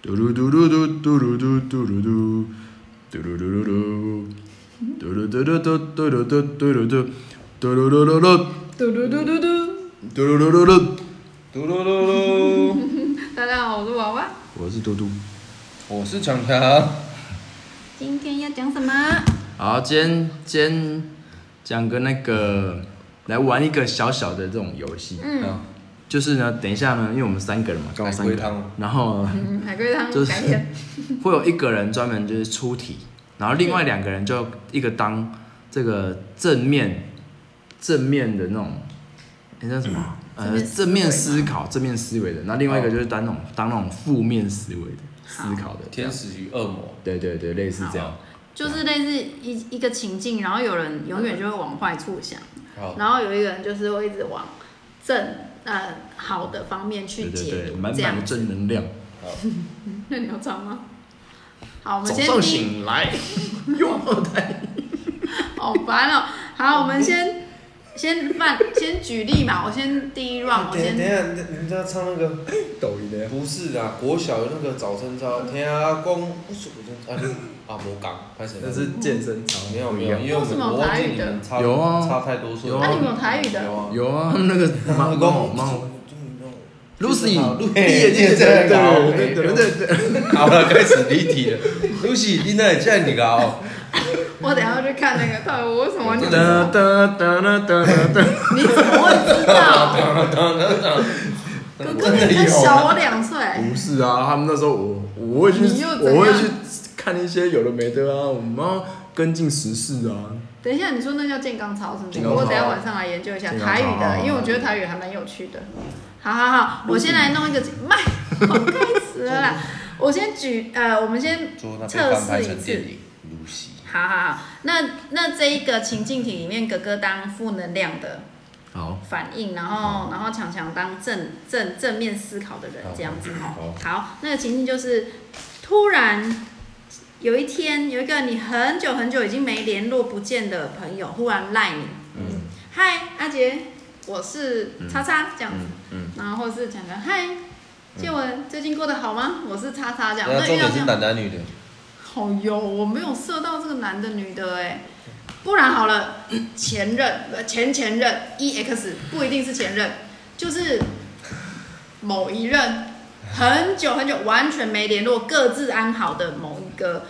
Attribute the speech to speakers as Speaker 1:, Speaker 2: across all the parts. Speaker 1: 嘟噜嘟噜嘟嘟噜嘟嘟噜嘟，嘟噜嘟噜嘟，嘟噜嘟噜嘟嘟噜嘟嘟噜嘟，嘟噜噜噜噜，
Speaker 2: 嘟嘟嘟嘟嘟，
Speaker 1: 嘟噜噜噜噜，嘟噜噜噜。
Speaker 2: 大家好，我是娃娃，
Speaker 1: 我是嘟嘟。
Speaker 3: 我是强强。
Speaker 2: 今天要讲什么？
Speaker 1: 好，今天今天讲个那个，来玩一个小小的这种游戏，
Speaker 2: 嗯，
Speaker 1: 就是呢，等一下呢，因为我们三个人嘛，刚好三个
Speaker 3: 海龟
Speaker 1: 人
Speaker 3: 汤，
Speaker 1: 然后呢
Speaker 2: 嗯海龟汤
Speaker 1: 就是
Speaker 2: 改天，
Speaker 1: 会有一个人专门就是出题，然后另外两个人就一个当这个正面正面的那种，那叫什么？呃，正
Speaker 2: 嗯正
Speaker 1: 面
Speaker 2: 面
Speaker 1: 思
Speaker 2: 思维吗
Speaker 1: 考、正面思维的，然后另外一个就是当那种当那种负面思维的思考的，
Speaker 3: 天使与恶魔，
Speaker 1: 对对对，类似这样。
Speaker 2: 就是类似一一个情境，然后有人永远就会往坏处想，
Speaker 3: 好，
Speaker 2: 然后有一个人就是会一直往正呃好的方面
Speaker 1: 对
Speaker 2: 去
Speaker 1: 对
Speaker 2: 解
Speaker 1: 对，
Speaker 2: 读，
Speaker 1: 满
Speaker 2: 这
Speaker 1: 满
Speaker 2: 样
Speaker 1: 的。正能量。
Speaker 2: 那你要唱吗？好，我们
Speaker 1: 早
Speaker 2: 先
Speaker 1: 上
Speaker 2: 听。
Speaker 1: 醒来，用后台。
Speaker 2: 好烦 哦、好，我们先 先慢，先举例嘛。我先第一 round，我
Speaker 3: 等一下等一
Speaker 2: 先
Speaker 3: 下，你你知道唱那 个？
Speaker 1: 抖音的
Speaker 3: 不是啊，国小的那个早晨操，天啊公，不是不是啊，你啊魔港，开始
Speaker 1: 那是健身操，
Speaker 3: 没有没有，因为
Speaker 2: 有
Speaker 3: 我
Speaker 2: 什
Speaker 3: 们
Speaker 2: 么
Speaker 3: 我忘记你们差
Speaker 1: 有啊
Speaker 3: 差太多岁
Speaker 1: 有
Speaker 3: 了。
Speaker 1: 啊啊你
Speaker 2: 们有台语的
Speaker 3: 有啊，
Speaker 1: 有啊， 那个
Speaker 3: 阿
Speaker 1: 猫猫
Speaker 3: 公，
Speaker 1: 猫
Speaker 3: 就是
Speaker 1: ，Lucy，
Speaker 3: 好
Speaker 1: 路
Speaker 3: 嘿
Speaker 1: 毕业
Speaker 3: 你也
Speaker 1: 记者，
Speaker 3: 在搞
Speaker 1: 对对对对对。
Speaker 3: 好了，开始离题了。Lucy，你那也叫你搞，
Speaker 2: 我等一下去看那个，到底我为什么你
Speaker 1: 哒哒哒哒哒 哒，
Speaker 2: 你怎么会知道？
Speaker 1: 啊
Speaker 2: 哥哥你才
Speaker 3: 真的有啊
Speaker 2: 小啊我两岁，
Speaker 1: 不是啊，他们那时候我我会去
Speaker 2: 你又怎样
Speaker 1: 我会去看一些有的没的啊，我们要跟进时事啊。
Speaker 2: 等一下你说那叫健康操是不
Speaker 1: 健
Speaker 2: 是？
Speaker 1: 康操
Speaker 2: 我等一下晚上来研究一下
Speaker 1: 健康操
Speaker 2: 台语
Speaker 1: 好好好
Speaker 2: 的，因为我觉得台语还蛮有趣的。好好好，我先来弄一个麦，好开始 了啦。我先举呃，我们先
Speaker 3: 做那被
Speaker 2: 测
Speaker 3: 翻
Speaker 2: 试
Speaker 3: 拍
Speaker 2: 一
Speaker 3: 成
Speaker 2: 次
Speaker 3: 电。影。Lucy，
Speaker 2: 好好好，那那这一个情境题里面，哥哥当负能量的
Speaker 1: 好，
Speaker 2: 反应，然后然后强强当正正正面思考的人
Speaker 3: 好
Speaker 2: 这样子
Speaker 3: 好
Speaker 2: 哦。好，那个情境就是突然有一天，有一个你很久很久已经没联络不见的朋友，忽然赖你，
Speaker 3: 嗯，
Speaker 2: 嗨，阿杰，我是叉叉这样子，
Speaker 1: 嗯
Speaker 2: 然后或是强强，嗨，建文、最近过得好吗？我是叉叉这样。
Speaker 3: 那
Speaker 2: 那
Speaker 3: 嗯呃重
Speaker 2: 遇到这样。
Speaker 3: 点是男男女的，
Speaker 2: 好哟，我没有射到这个男的女的哎、不然好了，前任呃前前任 E X 不一定是前任，就是某一任很久很久完全没联络，各自安好的某一个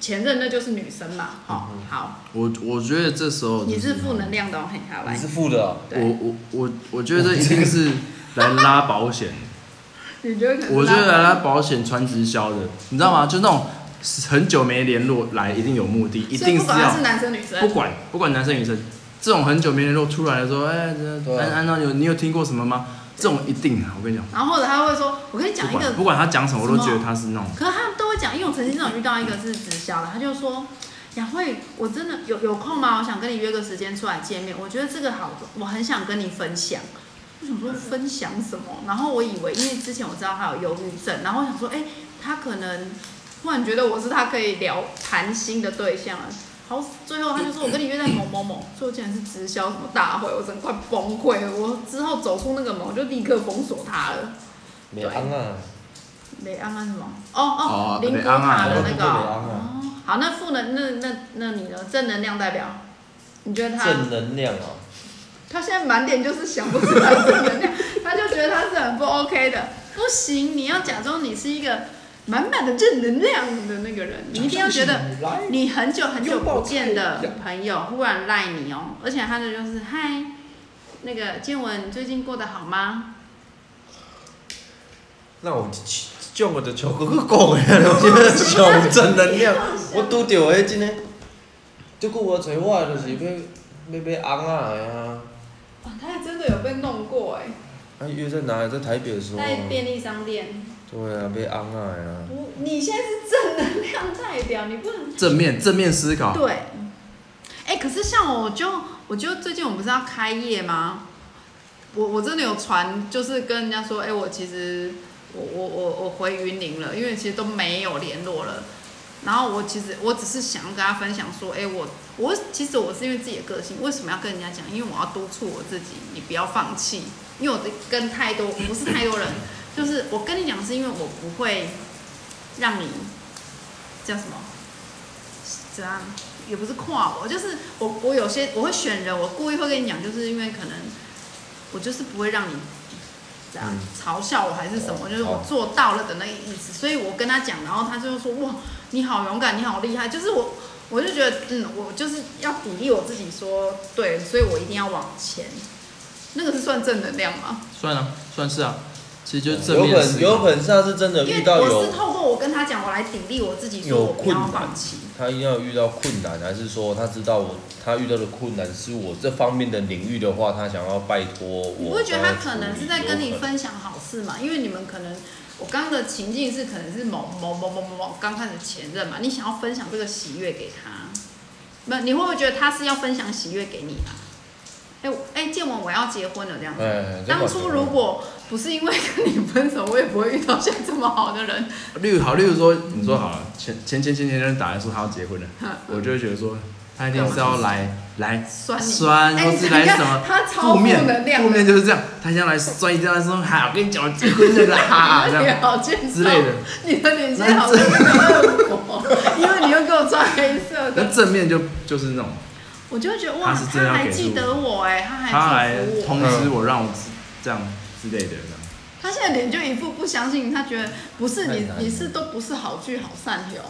Speaker 2: 前任，那就是女生嘛。好、好，
Speaker 1: 我嗯我觉得这时候就嗯
Speaker 2: 你是负能量的、哦，很好
Speaker 3: 你
Speaker 2: 来
Speaker 3: 是，负的哦，
Speaker 1: 我
Speaker 2: 对，
Speaker 1: 我我我觉得这一定是来拉保 险，
Speaker 2: 你觉得可能是
Speaker 1: 我觉得来
Speaker 2: 拉
Speaker 1: 拉
Speaker 2: 倒，
Speaker 1: 保险传直销的，你知道吗？就那种很久没联络来，一定有目的，一
Speaker 2: 所以
Speaker 1: 定是
Speaker 2: 不管他
Speaker 1: 要
Speaker 2: 是男生女
Speaker 1: 不
Speaker 2: 生，
Speaker 1: 管不管男生女生，这种很久没联络出来的时候，哎、
Speaker 3: 对啊
Speaker 1: 安安娜有你有听过什么吗？这种一定啊，我跟你讲，
Speaker 2: 然后或者他会说，我跟你讲
Speaker 1: 不
Speaker 2: 一个
Speaker 1: 管不管他讲什么，我都
Speaker 2: 什么
Speaker 1: 觉得他是那种
Speaker 2: 可是他们都会讲，因为我曾经真的有遇到一个是直销的，他就说雅慧，我真的有有空吗？我想跟你约个时间出来见面。我觉得这个好，我很想跟你分享。我想说分享什么？然后我以为，因为之前我知道他有忧郁症，然后我想说，哎、他可能忽然觉得我是他可以聊谈心的对象了。好，最后他就说我跟你约在某某某，所以我竟然是直销什么大会，我真的快崩溃了。我之后走出那个门，我就立刻封锁他了。
Speaker 3: 没安啊，
Speaker 2: 雷安安什么？哦哦
Speaker 1: 哦，
Speaker 2: 林
Speaker 1: 雷
Speaker 2: 格
Speaker 1: 安啊
Speaker 2: 塔的那
Speaker 3: 雷
Speaker 2: 个
Speaker 3: 安
Speaker 2: 哦。
Speaker 3: 啊
Speaker 2: 哦好，那负能那那那你呢？正能量代表，你觉得他
Speaker 3: 正能量啊，
Speaker 2: 他现在满脸就是想不出来正能量，他就觉得他是很不 OK 的。不行，你要假装你是一个满满的正能量的那个 人，你一定要觉得你很久很久不见的朋友忽然赖你哦，而且他的就是嗨，那个建文你最近过得好 吗？
Speaker 3: 那我叫我的求哥哥讲的，我觉得是上正 能量。我拄着迄真诶，即久我找我的就是要要要红啊的啊。
Speaker 2: 哇，他还真的有被弄过哎，
Speaker 3: 啊，约在哪里？在台北的时候啊。
Speaker 2: 在便利商店。
Speaker 3: 对啊，要红啊的啊。
Speaker 2: 不，你现在是正能量代表，你不能
Speaker 1: 正面正面思考。
Speaker 2: 对。哎、可是像我就，我就最近我们不是要开业吗？我我真的有传，就是跟人家说，哎、我其实我我我我回云林了，因为其实都没有联络了。然后我其实我只是想要跟他分享说，哎、我我其实我是因为自己的个性，为什么要跟人家讲？因为我要督促我自己，你不要放弃。因为我跟太多不是太多人，就是我跟你讲，是因为我不会让你叫什么？怎样？也不是跨我，就是我我有些我会选人，我故意会跟你讲，就是因为可能我就是不会让你这样
Speaker 3: 嗯
Speaker 2: 嘲笑我还是什么，
Speaker 3: 哦
Speaker 2: 就是我
Speaker 3: 哦
Speaker 2: 做到了的那个意思，所以我跟他讲，然后他就说哇，你好勇敢，你好厉害，就是我。我就觉得，嗯，我就是要砥砺我自己说对，所以我一定要往前。那个是算正能量吗？
Speaker 1: 算啊，算是啊，其实就是正
Speaker 3: 有
Speaker 1: 面思
Speaker 3: 本
Speaker 1: 考
Speaker 3: 有本事，他是真的
Speaker 2: 因
Speaker 3: 遇
Speaker 2: 为
Speaker 3: 到
Speaker 2: 我是
Speaker 3: 有
Speaker 2: 透过我跟他讲，我来砥砺我自己，说
Speaker 3: 有
Speaker 2: 我不要
Speaker 3: 困难
Speaker 2: 放弃。
Speaker 3: 他一定要遇到困难，还是说他知道我他遇到的困难是我这方面的领域的话，他想要拜托我。
Speaker 2: 你不会觉得他可能是在跟你
Speaker 3: 有可能
Speaker 2: 分享好事嘛？因为你们可能，我刚刚的情境是可能是某某某某某某刚开始前任嘛，你想要分享这个喜悦给他，那你会不会觉得他是要分享喜悦给你啊？哎、我哎、建文，我要结婚了这样子。
Speaker 3: 哎，这
Speaker 2: 当
Speaker 3: 管什
Speaker 2: 初
Speaker 3: 么
Speaker 2: 如果不是因为跟你分手，我也不会遇到现在这么好的人。
Speaker 1: 例如好，例如说，你说好了，前前前前前任打来说他要结婚了，我就会觉得说，他一定是要来来
Speaker 2: 酸你
Speaker 1: 酸，
Speaker 2: 哎
Speaker 1: 或是来什
Speaker 2: 你看
Speaker 1: 么
Speaker 2: 他超
Speaker 1: 负面
Speaker 2: 负能量的
Speaker 1: 负面就是这样，他先来酸，一定要说，哈，我跟你讲，我结婚了啦，哈，啊这
Speaker 2: 你的脸
Speaker 1: 样
Speaker 2: 好健
Speaker 1: 之类的。
Speaker 2: 你的脸现在好像很恶魔，因为你又给我穿黑色
Speaker 1: 那
Speaker 2: 的，
Speaker 1: 正面就就是那种，
Speaker 2: 我就会觉得哇，
Speaker 1: 他是真的要
Speaker 2: 他还
Speaker 1: 给
Speaker 2: 记
Speaker 1: 出
Speaker 2: 得我哎、他
Speaker 1: 他
Speaker 2: 还
Speaker 1: 来
Speaker 2: 祝福我。
Speaker 1: 通知我，让我知这样之类的，这
Speaker 2: 他现在脸就一副不相信，他觉得不是
Speaker 3: 太
Speaker 2: 你
Speaker 3: 难，了
Speaker 2: 你是都不是好聚好散哟。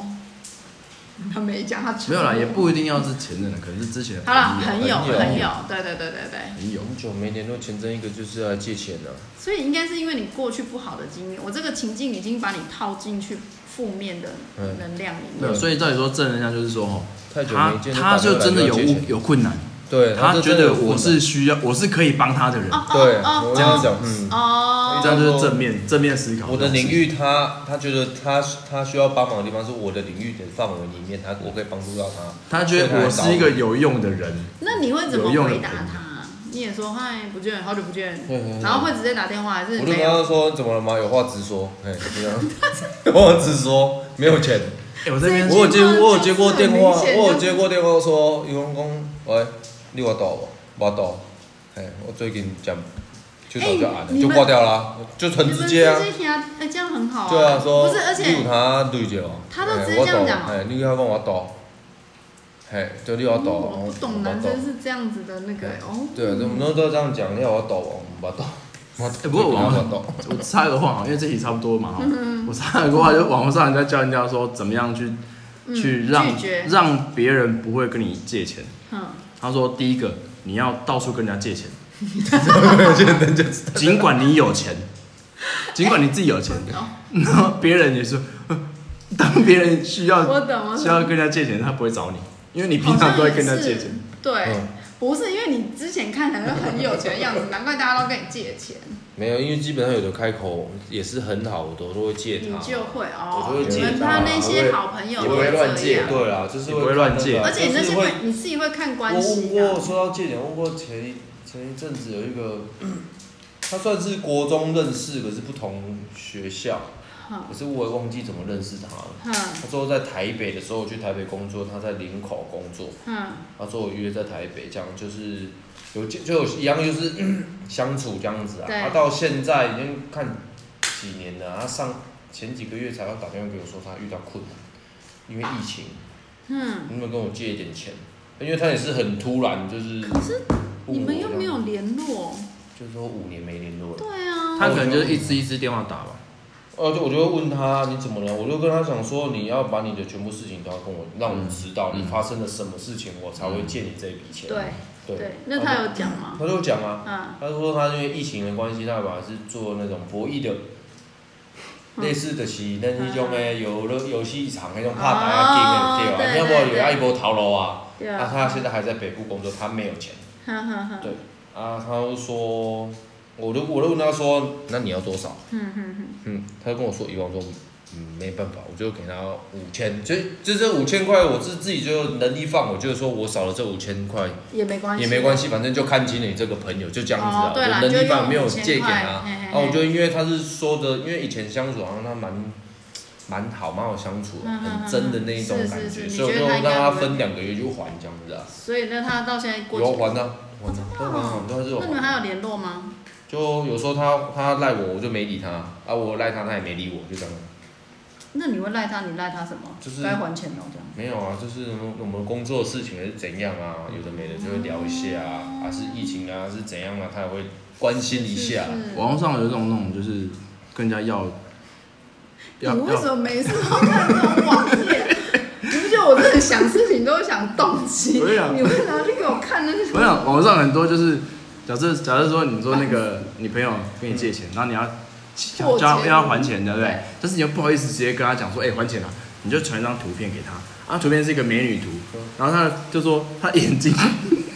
Speaker 2: 他没讲，他
Speaker 1: 样没有啦，也不一定要是前任的，可能是之前的
Speaker 2: 好了，
Speaker 1: 朋
Speaker 2: 朋
Speaker 1: 友
Speaker 2: 友
Speaker 3: 朋友
Speaker 2: 朋友，对对对对对，
Speaker 1: 朋友
Speaker 3: 很久没联络前真一个就是来借钱啊了、
Speaker 2: 所以应该是因为你过去不好的经验，我这个情境已经把你套进去负面的
Speaker 3: 嗯
Speaker 2: 能量里
Speaker 1: 没有，
Speaker 2: 面。
Speaker 1: 所以照理说正能量就是说，吼，
Speaker 3: 太久
Speaker 1: 他
Speaker 3: 没见，
Speaker 1: 他
Speaker 3: 就
Speaker 1: 就
Speaker 3: 打电
Speaker 1: 真的
Speaker 3: 话来
Speaker 1: 有
Speaker 3: 借
Speaker 1: 无
Speaker 3: 钱，
Speaker 1: 有困难。
Speaker 3: 对
Speaker 1: 他
Speaker 3: 就
Speaker 1: 觉
Speaker 3: 真的
Speaker 1: 得
Speaker 3: 有
Speaker 1: 我
Speaker 3: 困
Speaker 1: 是
Speaker 3: 难
Speaker 1: 需要，我是可以帮他的人，
Speaker 2: 哦
Speaker 3: 对，
Speaker 2: 哦
Speaker 3: 我这样
Speaker 2: 哦
Speaker 3: 讲，嗯，
Speaker 2: 哦
Speaker 1: 这样就是正面正面思考。
Speaker 3: 我的领，域他他觉得他他需要帮忙的地方是我的领域的范围里面，他我可以帮助到他。
Speaker 1: 他觉得我是一个有用的人，
Speaker 2: 那你会怎么
Speaker 1: 有用的
Speaker 2: 回答
Speaker 1: 朋友
Speaker 2: 他？你也说嗨，不见，好久不见
Speaker 3: 对对，对
Speaker 2: 然后会直接打电话还是
Speaker 3: 嗯我就
Speaker 2: 没
Speaker 3: 跟他
Speaker 2: 有？
Speaker 3: 说怎么了吗？有话直 说，哎，这样，有话直说，没 有钱。
Speaker 1: 哎，我这边
Speaker 2: 这
Speaker 3: 我有接我有接过电话，
Speaker 2: 就是很明显
Speaker 3: 我有接过电话说，伊讲讲，喂，你有倒无？无倒，哎，我最近讲，就早就
Speaker 2: 哎
Speaker 3: 按了，
Speaker 2: 你
Speaker 3: 就
Speaker 2: 们
Speaker 3: 挂掉啦，就
Speaker 2: 你
Speaker 3: 很
Speaker 2: 们
Speaker 3: 直接啊。
Speaker 2: 直接给他，哎，这样很好
Speaker 3: 对啊，说
Speaker 2: 不是，而
Speaker 3: 你
Speaker 2: 且
Speaker 3: 有他对着哦，
Speaker 2: 他都
Speaker 3: 哎
Speaker 2: 直接这样讲哦
Speaker 3: 我懂哎，你要跟我懂，嘿，就你要懂，
Speaker 2: 嗯我不懂男生是这样子的那个
Speaker 3: 对
Speaker 2: 哦。
Speaker 3: 对，啊我们都这样讲，你要我懂，我不懂，我
Speaker 1: 哎不过我
Speaker 3: 不懂，
Speaker 1: 我插个话哈，因为这题差不多嘛哈，
Speaker 2: 嗯
Speaker 1: 我插个话就网络上人在教人家说怎么样去
Speaker 2: 嗯
Speaker 1: 去让
Speaker 2: 拒绝，
Speaker 1: 让别人不会跟你借钱。
Speaker 2: 嗯，
Speaker 1: 他说第一个你要到处跟人家借 钱，尽管你有钱，尽管你自己有钱，
Speaker 2: 哦
Speaker 1: 然后别人也说，当别人需要
Speaker 2: 我懂，我
Speaker 1: 需
Speaker 2: 懂。
Speaker 1: 要跟人家借钱，他不会找你，因为你平常都会跟人家借钱。
Speaker 2: 对
Speaker 3: 嗯，
Speaker 2: 不是因为你之前看起来就很有钱的 样子，难怪大家都跟你借钱，
Speaker 3: 没有，因为基本上有的开口也是很好的，我都会借
Speaker 2: 你
Speaker 3: 他，
Speaker 2: 就会哦。
Speaker 3: 我就会
Speaker 2: 你
Speaker 3: 借
Speaker 2: 们
Speaker 3: 他
Speaker 2: 他那些好朋友
Speaker 3: 也
Speaker 2: 都
Speaker 3: 不
Speaker 2: 会
Speaker 3: 会乱
Speaker 2: 这
Speaker 3: 借，
Speaker 2: 样，
Speaker 3: 对啦，就是
Speaker 1: 也不会乱借
Speaker 3: 看那个
Speaker 2: 而且你那
Speaker 3: 就是
Speaker 2: 些
Speaker 3: 会
Speaker 2: 朋你自己会看关
Speaker 3: 我问
Speaker 2: 系啊
Speaker 3: 过，
Speaker 2: 的。
Speaker 3: 说到借钱，问过前一前一阵子有一 个，他算是国中认识，可是不同学校，
Speaker 2: 嗯
Speaker 3: 可是我也忘记怎么认识他了。
Speaker 2: 哼
Speaker 3: 他说在台北的时候我去台北工作，他在林口工作，
Speaker 2: 哼，
Speaker 3: 他说我约在台北，这样就是有见就有一样就是 相处这样子啊。
Speaker 2: 对
Speaker 3: 他到现在已经看几年了，他上前几个月才要打电话给我说他遇到困难，因为疫情，
Speaker 2: 嗯，
Speaker 3: 能不能跟我借一点钱？因为他也是很突然，就是
Speaker 2: 可是你
Speaker 3: 问我
Speaker 2: 们又
Speaker 3: 这样
Speaker 2: 没有联络，
Speaker 3: 就是说五年没联络了。
Speaker 2: 对啊，
Speaker 1: 他可能就是一支一支电话打吧。
Speaker 3: 呃，就我就会问他你怎么了，我就跟他讲说你要把你的全部事情都要跟我，让我知道
Speaker 1: 嗯
Speaker 3: 你发生了什么事情，我才会借你这笔钱。
Speaker 2: 对
Speaker 3: 对
Speaker 2: 对，那他有讲吗？
Speaker 3: 他就讲啊，
Speaker 2: 嗯，
Speaker 3: 他说他因为疫情的关系，他本来是做那种博弈的，
Speaker 2: 嗯
Speaker 3: 类似就是那那种的游乐游戏场那种
Speaker 2: 哦
Speaker 3: 拍牌啊 game 的对啊，
Speaker 2: 对
Speaker 3: 要不
Speaker 2: 对
Speaker 3: 然
Speaker 2: 对
Speaker 3: 有爱波逃楼啊，
Speaker 2: 对
Speaker 3: 啊
Speaker 2: 啊，
Speaker 3: 他现在还在北部工作，他没有钱
Speaker 2: 哼哼哼，
Speaker 3: 对啊，他就说，我就我就问他说，那你要多少？
Speaker 2: 嗯哼哼，
Speaker 3: 嗯，他就跟我说一万，我说嗯没办法，我就给他五千，就就这五千块，我是自己就能力范围，就是说我少了这五千块
Speaker 2: 也没关系，
Speaker 3: 也没关系，反正就看清你这个朋友，就这样子
Speaker 2: 哦
Speaker 3: 啊。
Speaker 2: 对啦
Speaker 3: 我能力范
Speaker 2: 就用
Speaker 3: 围没有
Speaker 2: 5000
Speaker 3: 借给他，
Speaker 2: 块嘿嘿
Speaker 3: 啊，
Speaker 2: 嘿
Speaker 3: 我觉得因为他是说的，因为以前相处好像他蛮蛮好，蛮好相处的，
Speaker 2: 嗯嗯嗯
Speaker 3: 很真的那一种感
Speaker 2: 是是是
Speaker 3: 所以我
Speaker 2: 你觉
Speaker 3: 就
Speaker 2: 得他应
Speaker 3: 让
Speaker 2: 该
Speaker 3: 他
Speaker 2: 不会
Speaker 3: 分两个月就还这样子啊。
Speaker 2: 所以那他到现在过去，
Speaker 3: 有
Speaker 2: 哦
Speaker 3: 还啊，还啊，都还好，都还是有
Speaker 2: 那你们
Speaker 3: 还。
Speaker 2: 还有联络吗？
Speaker 3: 就有时候他他赖我，我就没理他啊，我赖他，他也没理我，就这样。
Speaker 2: 那你会赖他？你赖他什么？
Speaker 3: 就是
Speaker 2: 该还钱了这样。
Speaker 3: 没有啊，就是我们工作的事情还是怎样啊，有的没的就会聊一下啊，啊是疫情啊是怎样啊，他也会关心一下。
Speaker 2: 是
Speaker 1: 嗯网络上有一种那种就是跟人家要，要
Speaker 2: 你为什
Speaker 1: 要
Speaker 2: 么每次都看这种网页？ 你不觉得我真的想事情都想动机？
Speaker 1: 我跟你讲
Speaker 2: 你为什么要去给我看那
Speaker 1: 我
Speaker 2: 种？
Speaker 1: 想网络上很多就是，假设假设说你说那个 你朋友跟你借钱，然后你要叫
Speaker 2: 破解
Speaker 1: 叫要还钱的，对不对
Speaker 2: 对？
Speaker 1: 但是你又不好意思直接跟他讲说，哎、还钱啊，你就传一张图片给他，啊，图片是一个美女图，然后他就说他眼睛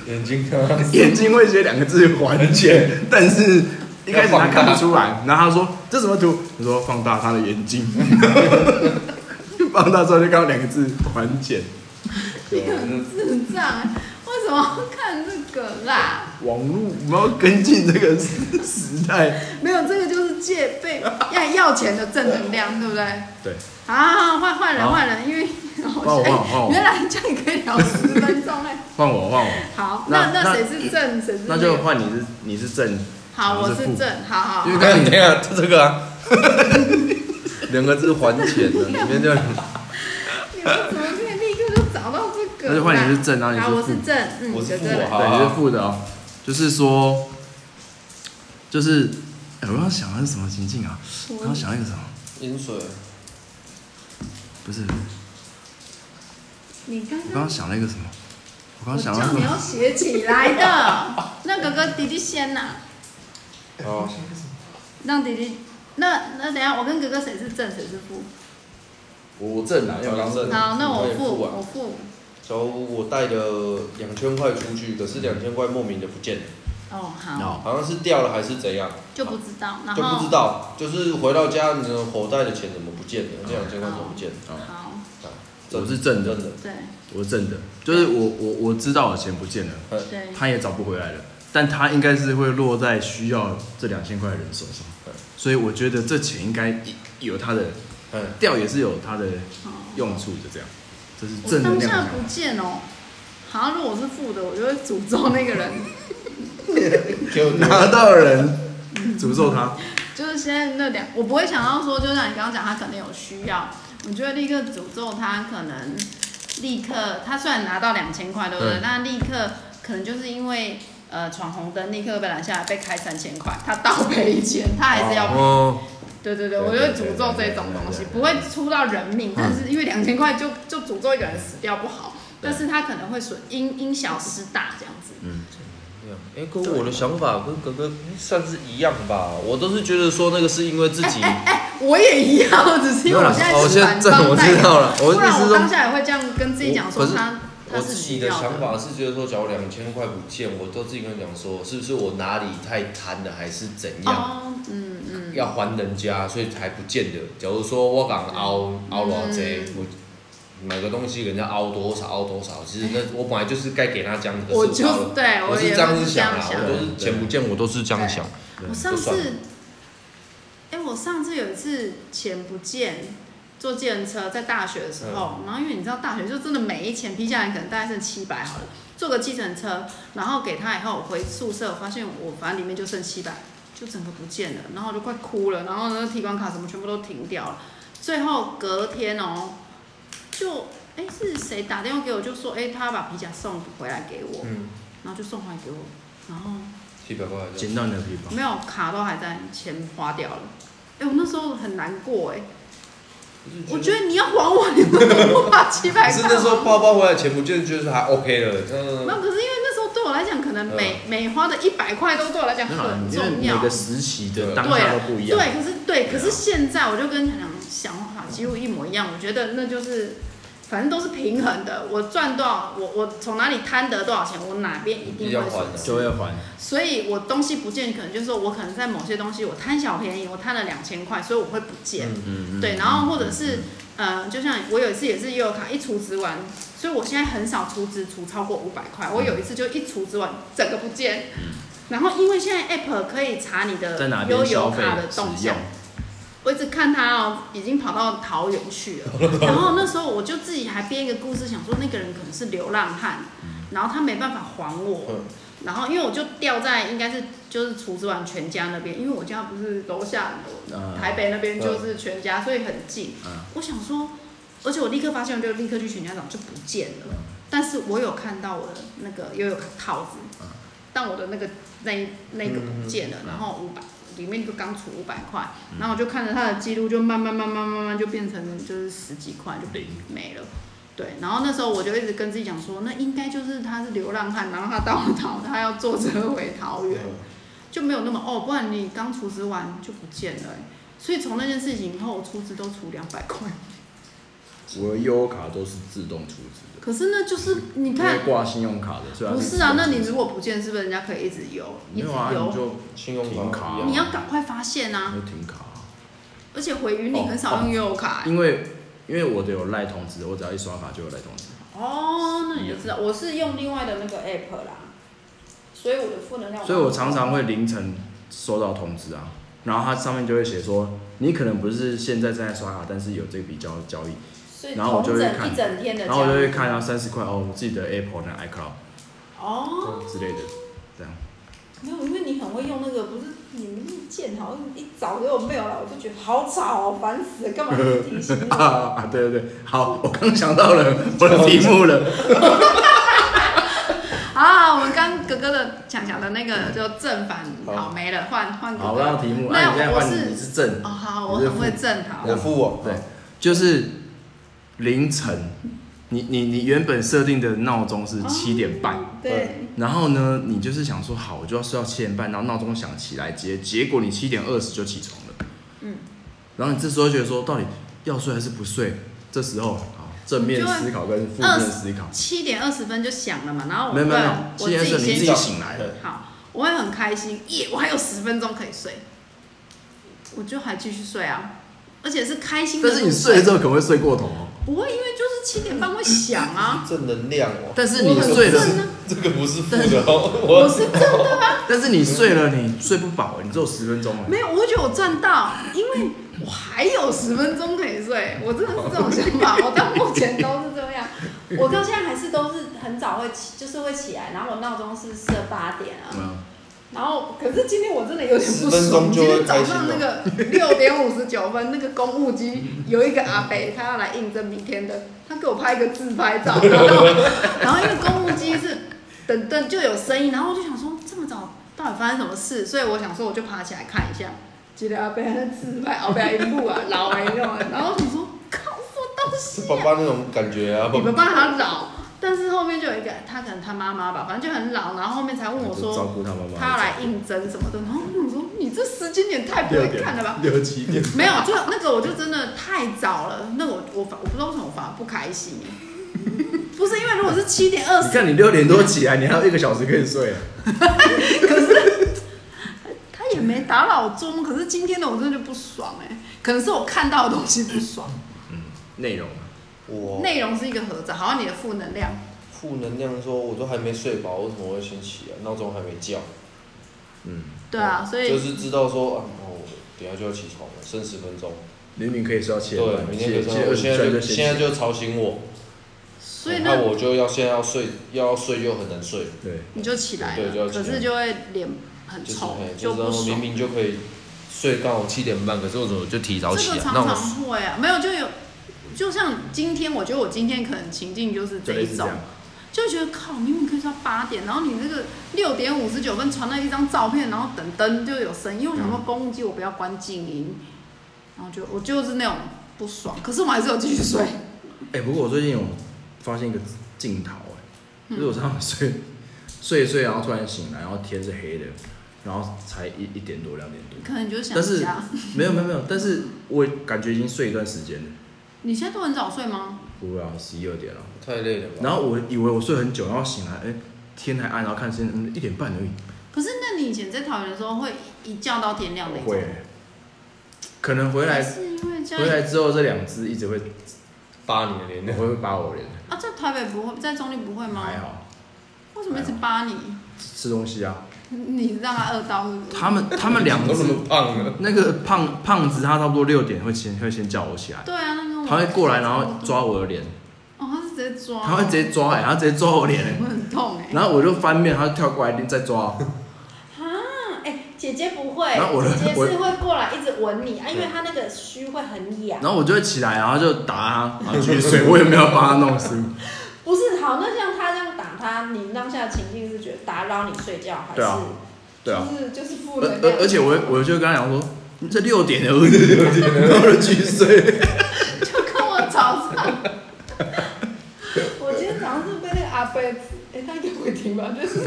Speaker 3: 眼睛啊，
Speaker 1: 眼睛会写两个字还钱，但是一开始他看不出来，然后他说这什么图？我说放大他的眼睛， 放大之后就看到两个字还钱，
Speaker 2: 你很智障，为什么要看这个啦？
Speaker 1: 网络我们要跟进这个时时代，
Speaker 2: 没有，这个就是借被 要要钱的正能量，对不对？
Speaker 1: 对。
Speaker 2: 啊，换换人
Speaker 1: 好
Speaker 2: 换人，因为好
Speaker 1: 换我换我换我
Speaker 2: 原来这样可以聊十分钟哎。
Speaker 1: 换我换我，
Speaker 2: 好，
Speaker 1: 那
Speaker 2: 那那
Speaker 1: 那
Speaker 2: 谁是正，谁是
Speaker 1: 那就
Speaker 2: 负
Speaker 1: 换你是你是正，
Speaker 2: 好，我
Speaker 1: 然后
Speaker 2: 是
Speaker 1: 负，
Speaker 2: 正，好好好
Speaker 1: 因。为
Speaker 3: 我
Speaker 1: 刚
Speaker 3: 看
Speaker 1: 刚
Speaker 3: 你
Speaker 1: 你
Speaker 3: 看 这个啊，两个字还钱的，里面就
Speaker 2: 你们怎么可以立刻就找到这个
Speaker 1: 那
Speaker 2: 啦？
Speaker 1: 就换你是正然后你是
Speaker 2: 好，我是
Speaker 1: 负
Speaker 2: 正，嗯，
Speaker 3: 我
Speaker 2: 哥
Speaker 3: 是负
Speaker 2: 哥来
Speaker 3: 好
Speaker 1: 对
Speaker 3: 啊
Speaker 1: 你是负的哦，就是说，就是，哎我要想的是什么情境啊？我要想一个什么？
Speaker 3: 饮水，
Speaker 1: 不是，
Speaker 2: 你刚
Speaker 1: 我刚
Speaker 2: 刚
Speaker 1: 刚想了一个什么？我刚
Speaker 2: 我
Speaker 1: 刚想
Speaker 2: 叫
Speaker 1: 到什
Speaker 2: 你
Speaker 1: 么？
Speaker 2: 要写起来的， 让哥哥弟弟先呐，
Speaker 3: 好，
Speaker 2: 让弟弟。那那等一下，我跟哥哥谁是正，谁是负？
Speaker 1: 我正啊，
Speaker 3: 要不然正
Speaker 2: 好，那我
Speaker 3: 我也
Speaker 2: 负，
Speaker 3: 负啊
Speaker 2: 我负。
Speaker 3: 小五我带了两千块出去，可是两千块莫名的不见了，
Speaker 2: 哦，好，
Speaker 1: 哦，
Speaker 3: 好像是掉了还是怎样，
Speaker 2: 就不知道，然
Speaker 3: 就不
Speaker 2: 后
Speaker 3: 知道，就是回到家你的口袋的钱怎么不见了，这两千块怎么不见了？
Speaker 2: 好，
Speaker 1: 我是正的
Speaker 3: 真的，
Speaker 2: 对
Speaker 1: 我正的，就是我我我知道我钱不见了，
Speaker 2: 对。
Speaker 1: 他也找不回来了，但他应该是会落在需要这两千块的人手上
Speaker 3: 对，
Speaker 1: 所以我觉得这钱应该有他的
Speaker 3: 嗯，
Speaker 1: 掉也是有它的
Speaker 2: 好
Speaker 1: 用处，就这样，这是
Speaker 2: 哦我
Speaker 1: 正能
Speaker 2: 当
Speaker 1: 量啊
Speaker 2: 下
Speaker 1: 的
Speaker 2: 不见哦，好像如果我是负的，我就会诅咒那个人，
Speaker 3: 给我
Speaker 1: 想 法。拿到人诅咒他，
Speaker 2: 就是现在那两，我不会想到说，就像你刚刚讲，他可能有需要，我就会立刻诅咒他，可能立刻，他虽然拿到两千块，对不对？
Speaker 1: 嗯
Speaker 2: 那立刻可能就是因为呃闯红灯，立刻被拦下来，被开三千块，他倒赔一千，他还是要赔。
Speaker 1: 哦，
Speaker 2: 对对对，
Speaker 1: 对
Speaker 2: 我就会诅咒这种东西，不会出到人命，但是因为两千块就就诅咒一个人死掉不好，
Speaker 1: 对
Speaker 2: 但是他可能会损因因小失大这样子。
Speaker 3: 嗯哎、跟我的想法跟哥哥算是一样吧，我都是觉得说那个是因为自己，
Speaker 2: 哎我也一样，只是因为我现在
Speaker 3: 哦，
Speaker 2: 是
Speaker 3: 现
Speaker 2: 反
Speaker 3: 在这
Speaker 2: 方
Speaker 3: 我知道了，我
Speaker 2: 不
Speaker 3: 意
Speaker 2: 然
Speaker 3: 思
Speaker 2: 我
Speaker 3: 说
Speaker 2: 当下也会这样跟自己讲说
Speaker 3: 我可是
Speaker 2: 他他
Speaker 3: 我
Speaker 2: 是
Speaker 3: 自己
Speaker 2: 不
Speaker 3: 的
Speaker 2: 要
Speaker 3: 想法是觉得说，假如两千块不见，我都自己跟他讲说，是不是我哪里太贪了，还是怎样，
Speaker 2: 哦，嗯嗯，
Speaker 3: 要还人家，所以才不见的。假如说我敢凹凹多少
Speaker 2: 嗯
Speaker 3: 我买个东西给人家凹多少凹多少，其实那我本来就是该给他这样的，
Speaker 2: 我
Speaker 3: 可是
Speaker 2: 就
Speaker 3: 凹了
Speaker 2: 对
Speaker 3: 我
Speaker 2: 也
Speaker 3: 是
Speaker 2: 是
Speaker 3: 这样
Speaker 2: 子
Speaker 3: 子想啊啦，
Speaker 2: 想
Speaker 3: 我都是钱不见，我都是这样想。
Speaker 2: 我上次，哎、我上次有一次钱不见，坐计程车在大学的时候，然后因为你知道大学就真的没钱，批下来可能大概剩七百好了，坐个计程车，然后给他以后，我回宿舍我发现我反正里面就剩七百，就整个不见了，然后我就快哭了，然后那个提款卡什么全部都停掉了，最后隔天哦，就。哎，是谁打电话给我？就说哎，他把皮夹送回来给我，
Speaker 3: 嗯，
Speaker 2: 然后就送回来给我，然后
Speaker 3: 七百块这样，
Speaker 1: 捡到你的皮包，
Speaker 2: 没有卡都还在，钱花掉了。哎、我那时候很难过哎、我觉得你要还我，你怎么不把七百块？
Speaker 3: 可是那时候包包回来钱不见，就是还 OK 了。嗯
Speaker 2: 没有，可是因为那时候对我来讲，可能每、每花的一百块都对我来讲
Speaker 1: 嗯没有啦，
Speaker 2: 很
Speaker 1: 因为
Speaker 2: 重
Speaker 1: 每
Speaker 2: 要。
Speaker 1: 个时期的
Speaker 3: 对
Speaker 1: 当
Speaker 2: 对
Speaker 1: 下
Speaker 2: 啊
Speaker 1: 都不一样，
Speaker 2: 对，可是对，可是现在我就跟想想法几乎一模一样，我觉得那就是反正都是平衡的，我赚多少，我我从哪里贪得多少钱，我哪边一定
Speaker 3: 一定
Speaker 2: 会
Speaker 3: 要还
Speaker 2: 损
Speaker 3: 的
Speaker 2: 失。
Speaker 1: 就会还，
Speaker 2: 所以我东西不见，可能就是说我可能在某些东西我贪小便宜，我贪了两千块，所以我会不见。
Speaker 3: 嗯
Speaker 1: 嗯
Speaker 2: 对，然后或者是呃，就像我有一次也是悠游卡一储值完，所以我现在很少储值储超过五百块。我有一次就一储值完整个不见，然后因为现在 App 可以查你
Speaker 1: 嗯
Speaker 2: 的
Speaker 1: 在哪
Speaker 2: 悠
Speaker 1: 边消
Speaker 2: 游
Speaker 1: 费
Speaker 2: 卡的动
Speaker 1: 使
Speaker 2: 向
Speaker 1: 用，，
Speaker 2: 我一直看他哦，已经跑到桃园去 了。然后那时候我就
Speaker 1: 嗯
Speaker 2: 自己还编一个故事，想说那个人可能是流浪汉，然后他没办法还我
Speaker 3: 嗯，
Speaker 2: 然后因为我就掉在应该是就是厨子馆全家那边，因为我家不是楼下
Speaker 1: 嗯
Speaker 2: 台北那边就是全家，所以很近。
Speaker 1: 嗯
Speaker 2: 我想说，而且我立刻发现，我就立刻去全家找，就不见
Speaker 1: 嗯
Speaker 2: 了。但是我有看到我的那个悠悠卡套子
Speaker 1: 嗯，
Speaker 2: 但我的那个那一那个不见了，
Speaker 1: 嗯
Speaker 2: 然后五百里面就刚出五百块，然后我就看着它的记录，就慢慢慢慢慢慢就变成就是十几块就
Speaker 1: 零
Speaker 2: 没了。对，然后那时候我就一直跟自己讲说，那应该就是他是流浪汉，然后他到桃，他要坐车回桃园，
Speaker 1: 嗯
Speaker 2: 就没有那么哦，不然你刚除职完就不见了欸、所以从那件事情以后，我出资都出两百 块。
Speaker 1: 我的优卡都是自动储值的，
Speaker 2: 可是那就是你
Speaker 1: 因为
Speaker 2: 看，
Speaker 1: 挂信用卡的，虽然
Speaker 2: 不
Speaker 1: 是
Speaker 2: 是啊？那你如果不见，是不是人家可以一直游，
Speaker 1: 没
Speaker 2: 一直
Speaker 1: 有啊，你
Speaker 2: 游？
Speaker 1: 就
Speaker 3: 信用
Speaker 1: 停卡
Speaker 3: 卡
Speaker 1: 啊
Speaker 3: 一
Speaker 2: 你
Speaker 3: 样，
Speaker 2: 要赶快发现啊！
Speaker 1: 你就停卡啊、
Speaker 2: 而且回云你
Speaker 1: 哦
Speaker 2: 很少用悠游卡欸、
Speaker 1: 因为因为我的有赖通知，我只要一刷卡就有赖通知。
Speaker 2: 哦，那你就知道，我是用另外的那个 app 啦，所以我的负能量，
Speaker 1: 所以我常常会凌晨收到通知啊，然后它上面就会写说，你可能不是现在正在刷卡，但是有这笔交交易，
Speaker 2: 所以
Speaker 1: 然后我就
Speaker 2: 同
Speaker 1: 会
Speaker 2: 整
Speaker 1: 看
Speaker 2: 一整天的
Speaker 1: 然
Speaker 2: 交易，
Speaker 1: 后我就会看到三十块哦，我自己的 Apple 那 iCloud
Speaker 2: 哦，
Speaker 1: 之类的，这样。
Speaker 2: 没有，因为你很会用那个，不是你们意见好像一早给我 mail 了，我就觉得好吵哦，烦死了，干嘛一直 提醒我？
Speaker 1: 啊，对对对，好，我刚想到了我的题目 了，
Speaker 2: 啊，我们刚哥哥的强强的那个就正反好没了，换换哥
Speaker 1: 好，
Speaker 2: 哥
Speaker 1: 我。让题目，
Speaker 2: 那
Speaker 1: 啊，你现在
Speaker 2: 我
Speaker 1: 换
Speaker 2: 是
Speaker 1: 你，你是正，
Speaker 2: 哦，好，我很会正好。
Speaker 3: 我付我，
Speaker 1: 对，就是凌晨，你你你原本设定的闹钟是七
Speaker 2: 哦
Speaker 1: 点半。
Speaker 2: 对，
Speaker 1: 然后呢，你就是想说好，我就要睡到七点半，然后闹钟响起来，结结果你七点二十就起床了，
Speaker 2: 嗯，
Speaker 1: 然后你这时候觉得说到底要睡还是不睡？这时候好，正面思考跟负面思考，
Speaker 2: 七点二十分就响了嘛，然后我
Speaker 1: 没有没有没有
Speaker 2: 会，
Speaker 1: 七点二
Speaker 2: 哦啊我
Speaker 1: 十
Speaker 2: 自
Speaker 1: 你
Speaker 2: 己
Speaker 1: 自
Speaker 2: 先
Speaker 1: 己醒来了，
Speaker 2: 好，我会很开心，耶！我还有十分钟可以睡，我就还继续睡啊，而且是开心的。
Speaker 1: 但是你睡了之后可能会睡过头哦，
Speaker 2: 不会，因为就是七点半会响 啊。
Speaker 3: 正能量哦，
Speaker 1: 但是你
Speaker 2: 我很
Speaker 1: 睡了，
Speaker 2: 正啊
Speaker 3: 这个不是负的哦，
Speaker 2: 我是真的啊，
Speaker 1: 但是你睡了你睡不饱，你只有十分钟了，
Speaker 2: 没有，我觉得我赚到，因为我还有十分钟可以睡，我真的是这种想 法，我到目前都是这样，我到现在还是都是很早会起，就是会起来，然后我闹钟是设八点啊，
Speaker 1: 嗯，
Speaker 2: 然后，可是今天我真的有点不
Speaker 3: 10分
Speaker 2: 爽。
Speaker 3: 钟
Speaker 2: 今
Speaker 3: 就
Speaker 2: 天
Speaker 3: 会
Speaker 2: 早
Speaker 3: 开心
Speaker 2: 上
Speaker 3: 了
Speaker 2: 那个六点五十九分，那个公务机有一个阿伯，他要来应征明天的，他给我拍一个自拍 照，然后，然后因为公务机是等等就有声音，然后我就想说这么早到底发生什么事，所以我想说我就爬起来看一下，结果阿伯在自拍，阿伯还一步啊，老哎那种，然后我想说靠，什么东西
Speaker 3: 是
Speaker 2: 啊
Speaker 3: 爸爸那种感觉 啊，
Speaker 2: 你们帮他扰，但是后面就有一个他可能他妈妈吧，反正就很老，然后后面才问我
Speaker 1: 就照
Speaker 2: 说
Speaker 1: 顾他妈妈，
Speaker 2: 他要来应征什么的，然后我说你这时间点太不
Speaker 1: 六
Speaker 2: 会看了吧哦
Speaker 1: 点？六七点，
Speaker 2: 没有，就那个我就真的太早了，那我我反我不知道为什么我反而不开心， 不是因为如果是七点二
Speaker 1: 你
Speaker 2: 十，
Speaker 1: 看你六点多起来，你还有一个小时可以睡，啊
Speaker 2: 可是他也没打扰我做梦，可是今天的我真的就不爽哎、可能是我看到的东西不 爽，
Speaker 1: 内容啊。
Speaker 3: 我
Speaker 2: 内容是一个合照，好像你的负能量，
Speaker 3: 负能量说，我都还没睡饱，为什么会先起来？闹钟还没叫，
Speaker 1: 嗯，
Speaker 2: 对啊，所以
Speaker 3: 哦就是知道说，啊，哦，等一下就要起床了，剩十分钟，
Speaker 1: 明明可以睡到七点
Speaker 3: 对，
Speaker 1: 半，
Speaker 3: 明
Speaker 1: 七点
Speaker 3: 天可以
Speaker 1: 七
Speaker 3: 上
Speaker 1: 点
Speaker 3: 我
Speaker 1: 二十
Speaker 3: 现
Speaker 1: 出
Speaker 3: 在
Speaker 1: 来就
Speaker 3: 就
Speaker 1: 先
Speaker 3: 现在就要吵醒我，
Speaker 2: 所以那
Speaker 3: 那我就要现在要睡，要睡又很难睡，
Speaker 1: 对，
Speaker 2: 你就起来
Speaker 3: 对就
Speaker 2: 了，
Speaker 3: 要
Speaker 2: 可
Speaker 3: 起来
Speaker 2: 是就会脸很
Speaker 3: 就是
Speaker 2: 臭
Speaker 3: 嘿，
Speaker 2: 就
Speaker 3: 就
Speaker 2: 不
Speaker 3: 是明
Speaker 2: 爽。
Speaker 3: 明就可以睡到七点半，可是我怎么就提早
Speaker 2: 这
Speaker 3: 起
Speaker 2: 个
Speaker 3: 来？
Speaker 2: 常
Speaker 3: 那
Speaker 2: 常
Speaker 3: 我
Speaker 2: 会啊，没有就有，就像今天，我觉得我今天可能情境就是这
Speaker 1: 就类
Speaker 2: 一
Speaker 1: 似这
Speaker 2: 种
Speaker 1: 样，。
Speaker 2: 就觉得靠，明明可以到八点，然后你这个六点五十九分传了一张照片，然后等灯就有声音，因为我
Speaker 1: 嗯
Speaker 2: 想说公务机我不要关静音，然后就我就是那种不爽，可是我还是有继续 睡。
Speaker 1: 哎、不过我最近有发现一个镜头、哎，
Speaker 2: 嗯
Speaker 1: 就是我常常睡睡一睡，然后突然醒来，然后天是黑的，然后才一一点多两点多，
Speaker 2: 可能你就想
Speaker 1: 但是
Speaker 2: 家，
Speaker 1: 没有没有没有，但是我感觉已经睡一段时间了，
Speaker 2: 你现在都很早睡吗？
Speaker 1: 不啊，十一二点了，
Speaker 3: 太累了吧？
Speaker 1: 然后我以为我睡很久，然后醒来，哎、天还暗，然后看时间，嗯，一点半而已，
Speaker 2: 可是那你以前在桃园的时候会一觉到天亮那种？
Speaker 1: 会、哎可能回来
Speaker 2: 是因为家
Speaker 1: 回
Speaker 2: 里
Speaker 1: 来之后，这两只一直会
Speaker 3: 扒你的脸呢
Speaker 1: 我？会把我脸，
Speaker 2: 啊，在台北不会，在中立不会吗？
Speaker 1: 还好
Speaker 2: 为什么一直扒你？
Speaker 1: 吃东西啊，
Speaker 2: 你让他饿到是不是？
Speaker 1: 他们他们两
Speaker 3: 都那
Speaker 1: 只。
Speaker 3: 么胖了，
Speaker 1: 那个胖胖子他差不多六点会先会先叫我起来，
Speaker 2: 对啊，那跟我
Speaker 1: 他会过来然后抓我的脸，
Speaker 2: 哦，他是直接抓，
Speaker 1: 他会直接抓哎、他直接抓我脸哎、
Speaker 2: 我很痛哎、
Speaker 1: 然后我就翻面，他就跳过来再抓，
Speaker 4: 哎、姐姐不会，
Speaker 1: 然后我的
Speaker 4: 姐姐
Speaker 1: 我
Speaker 4: 是会过来一直吻你啊，因为她那个须会很痒。
Speaker 1: 然后我就会起来，然后就打他，然后 继续睡，我也没有把他弄死。
Speaker 4: 不是好，那像他这样打他，你当下的情境是觉得打扰你睡觉，还是、
Speaker 1: 对啊对啊，
Speaker 4: 就是就是负
Speaker 1: 而
Speaker 4: 能量？
Speaker 1: 而而且我我就跟他讲说，你这 六点了，我这六点了，然后我就继续睡。
Speaker 2: 就 跟我早上
Speaker 4: 我今天早上是被那个阿伯，哎、他应该不会听吧？ 就是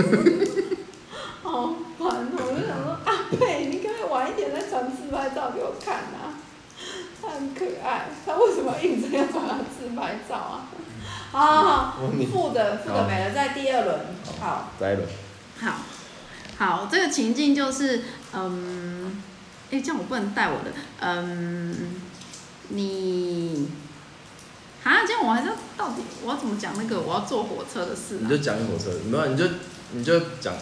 Speaker 4: 好烦哦！我就想说，阿贝，你可不可以晚一点再传自拍照给我看啊？他很可爱，他为什么硬是要传他自拍照啊？好好好，
Speaker 3: 嗯
Speaker 4: 负的负的没了，在第二轮，好，
Speaker 3: 再一轮，
Speaker 2: 好，好，这个情境就是，嗯，哎，这样我不能带我的，嗯，你，啊，这样我还是要到底我要怎么讲那个我要坐火车的事
Speaker 3: 你
Speaker 2: 啊、
Speaker 3: 就讲火车，没有你就你就讲，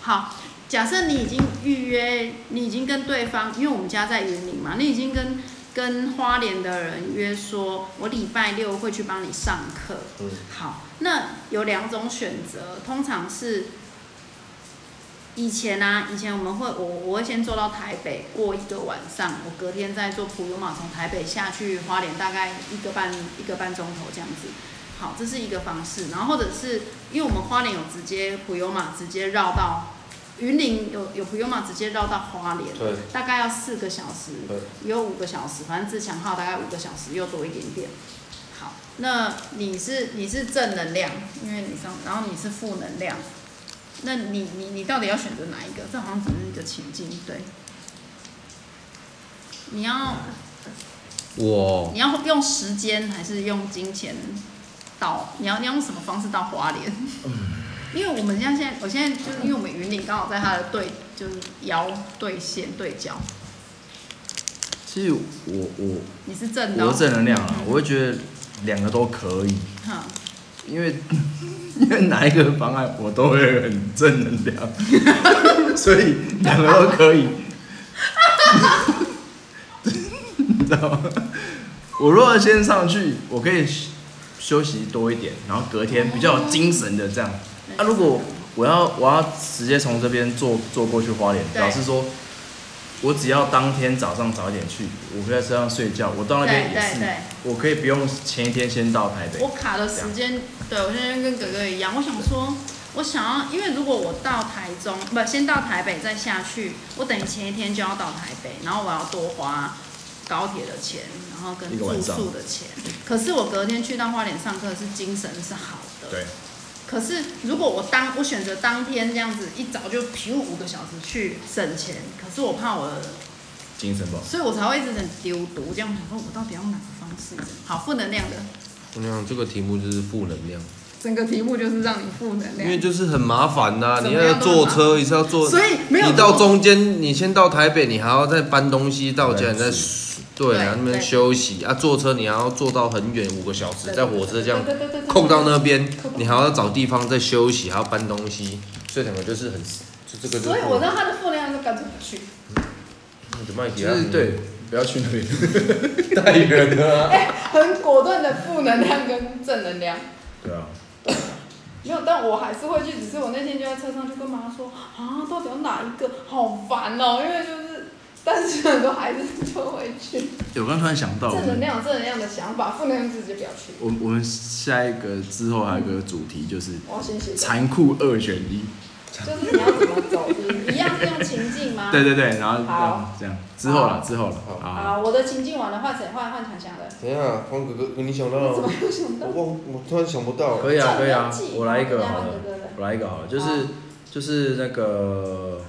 Speaker 2: 好，假设你已经预约，你已经跟对方，因为我们家在云林嘛，你已经跟跟花莲的人约说，我礼拜六会去帮你上课。
Speaker 3: 嗯，
Speaker 2: 好，那有两种选择，通常是以前啊，以前我们会我我会先坐到台北过一个晚上，我隔天再坐普悠玛从台北下去花莲，大概一个半一个半钟头这样子。好，这是一个方式，然后或者是因为我们花莲有直接普悠玛直接绕到云林有有普悠玛直接绕到花莲，
Speaker 3: 对
Speaker 2: 大概要四个小时。
Speaker 3: 对，
Speaker 2: 有五个小时，反正自强号大概五个小时又多一点点。好，那你是你是正能量，因为你上，然后你是负能量，那你你你到底要选择哪一个？这好像只是一个情境，对。你要
Speaker 3: 我
Speaker 2: 你要用时间还是用金钱到？你要你要用什么方式到花莲？
Speaker 1: 嗯
Speaker 2: 因为我们家现在，我现在就是因为我们云林刚好在它的对，就是遥对线对角，
Speaker 1: 其实我我
Speaker 2: 你是正的、
Speaker 1: 我
Speaker 2: 哦，
Speaker 1: 正能量啊，我会觉得两个都可以，
Speaker 2: 哼
Speaker 1: 因为 因为哪一个方案我都会很正能量， 所以两个都可以， 你知道吗？我如果先上去，我可以休休息多一点，然后隔天比较有精神的这样。那、如果我要我要直接从这边坐坐过去花莲，
Speaker 2: 对
Speaker 1: 表示说。我只要当天早上早一点去，我可以在车上睡觉。我到那边
Speaker 2: 对
Speaker 1: 也
Speaker 2: 对
Speaker 1: 是
Speaker 2: 对，
Speaker 1: 我可以不用前一天先到台北。
Speaker 2: 我卡的时间，对我现在跟哥哥一样，我想说，我想要，因为如果我到台中，不先到台北再下去，我等于前一天就要到台北，然后我要多花高铁的钱，然后跟
Speaker 1: 一个
Speaker 2: 住
Speaker 1: 晚上
Speaker 2: 宿的钱。可是我隔天去到花莲上课是精神是好的，
Speaker 1: 对。
Speaker 2: 可是如果我当我选择当天这样子一早就平五个小时去省钱，可是我怕我的
Speaker 1: 精神不好。
Speaker 2: 所以我才会一直很丢毒，这样想说我到底要用哪个方式？好，负能量的
Speaker 3: 我想这个题目就是负能量，
Speaker 2: 整个题目就是让你负能
Speaker 3: 因
Speaker 2: 量
Speaker 3: 为。就是很麻烦呐、
Speaker 2: 怎
Speaker 3: 你
Speaker 2: 么样
Speaker 3: 要坐车，你是要坐，
Speaker 2: 所以没有
Speaker 3: 你到中间，你先到台北，你还要再搬东西到家，你再对，
Speaker 2: 对
Speaker 3: 然后那
Speaker 2: 对
Speaker 3: 边休息啊，坐车你还要坐到很远，五个小时，在火车这样
Speaker 4: 对对对对对
Speaker 3: 空到那边，你还要找地方再休息，还要搬东西，所以整个就是很，就这个就
Speaker 4: 所以我知道他的负能量是干什么去。
Speaker 3: 就卖给
Speaker 1: 就
Speaker 3: 他
Speaker 1: 是 对，不要去那边。
Speaker 3: 太远了啊，
Speaker 4: 哎、很果断的负能量跟正能量。
Speaker 1: 对啊，
Speaker 4: 没有，但我还是会去，只是我那天就在车上就跟妈说啊，到底有哪一个好烦哦、因为就是，但是很多孩子就会去
Speaker 1: 我刚突然想到，我
Speaker 4: 正能
Speaker 1: 们
Speaker 4: 量有正能量的想法，负能量自己就不要去。
Speaker 1: 我我们下一个之后还有一个主题就是
Speaker 4: 我要先写，就
Speaker 1: 残酷二选一。
Speaker 4: 是你要怎么走，你一样是用情境 吗？
Speaker 1: 对对对，然后这样
Speaker 4: 好
Speaker 1: 这样之后了之后了
Speaker 3: 好
Speaker 1: 啊，
Speaker 4: 好，我的情境完了，换谁？换换强强的。
Speaker 3: 等一下，方哥哥，你想到
Speaker 4: 怎
Speaker 3: 了
Speaker 4: 么
Speaker 3: 吗？
Speaker 4: 又想到
Speaker 3: 我？忘，我突然想不到。
Speaker 1: 可以啊可以啊
Speaker 4: 这样，
Speaker 1: 我来一个好
Speaker 4: 这
Speaker 1: 了
Speaker 4: 样对对对，
Speaker 1: 我来一个好了，就是就是那个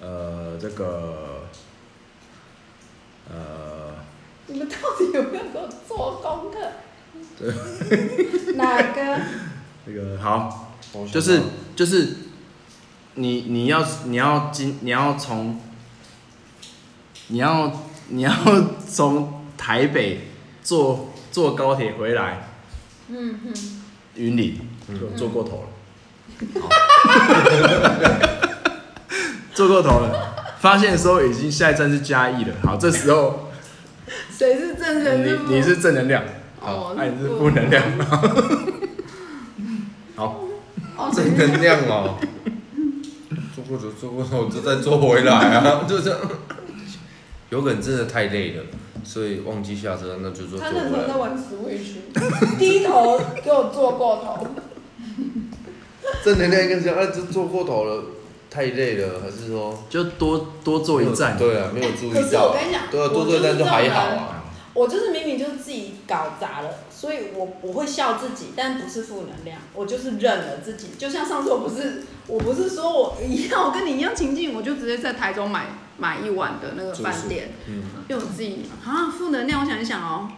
Speaker 1: 呃这个呃
Speaker 4: 你们到底有没有给我做功课？
Speaker 1: 对。
Speaker 4: 哪个？
Speaker 1: 那个好，
Speaker 3: 我想到
Speaker 1: 就是就是你你要你要今你要从你要你要 从台北坐坐高铁回来
Speaker 4: 嗯嗯，
Speaker 1: 云林，坐过头了， 坐过头了，发现的时候已经下一站是嘉义了。好，这时候
Speaker 4: 谁是正人？
Speaker 1: 你你啊是正能量，
Speaker 4: 哦，
Speaker 1: 哎，你是负能量。好，
Speaker 2: 哦，
Speaker 3: 正 能量哦。做过就做过，我就再做回来啊，就这样。有可能真的太累了，所以忘记下车，那就说坐
Speaker 2: 他
Speaker 3: 回
Speaker 2: 那时候在
Speaker 3: 来。
Speaker 2: 玩 Switch，低头给我坐过头，
Speaker 3: 正能量应该是这样，啊，就做过头了，太累了，还是说
Speaker 1: 就多多做一站。
Speaker 3: 对啊，没有注
Speaker 2: 可
Speaker 3: 意
Speaker 2: 是我
Speaker 3: 到
Speaker 2: 跟你讲。
Speaker 3: 对啊，多做一站就还好啊。
Speaker 2: 我就是明明就是自己搞砸了，所以我我会笑自己，但不是负能量，我就是认了自己。就像上次我不是，我不是说我一样，我跟你一样情境，我就直接在台中买买一碗的那个饭店，
Speaker 3: 嗯，
Speaker 2: 因为我自己啊负能量，我想一想哦，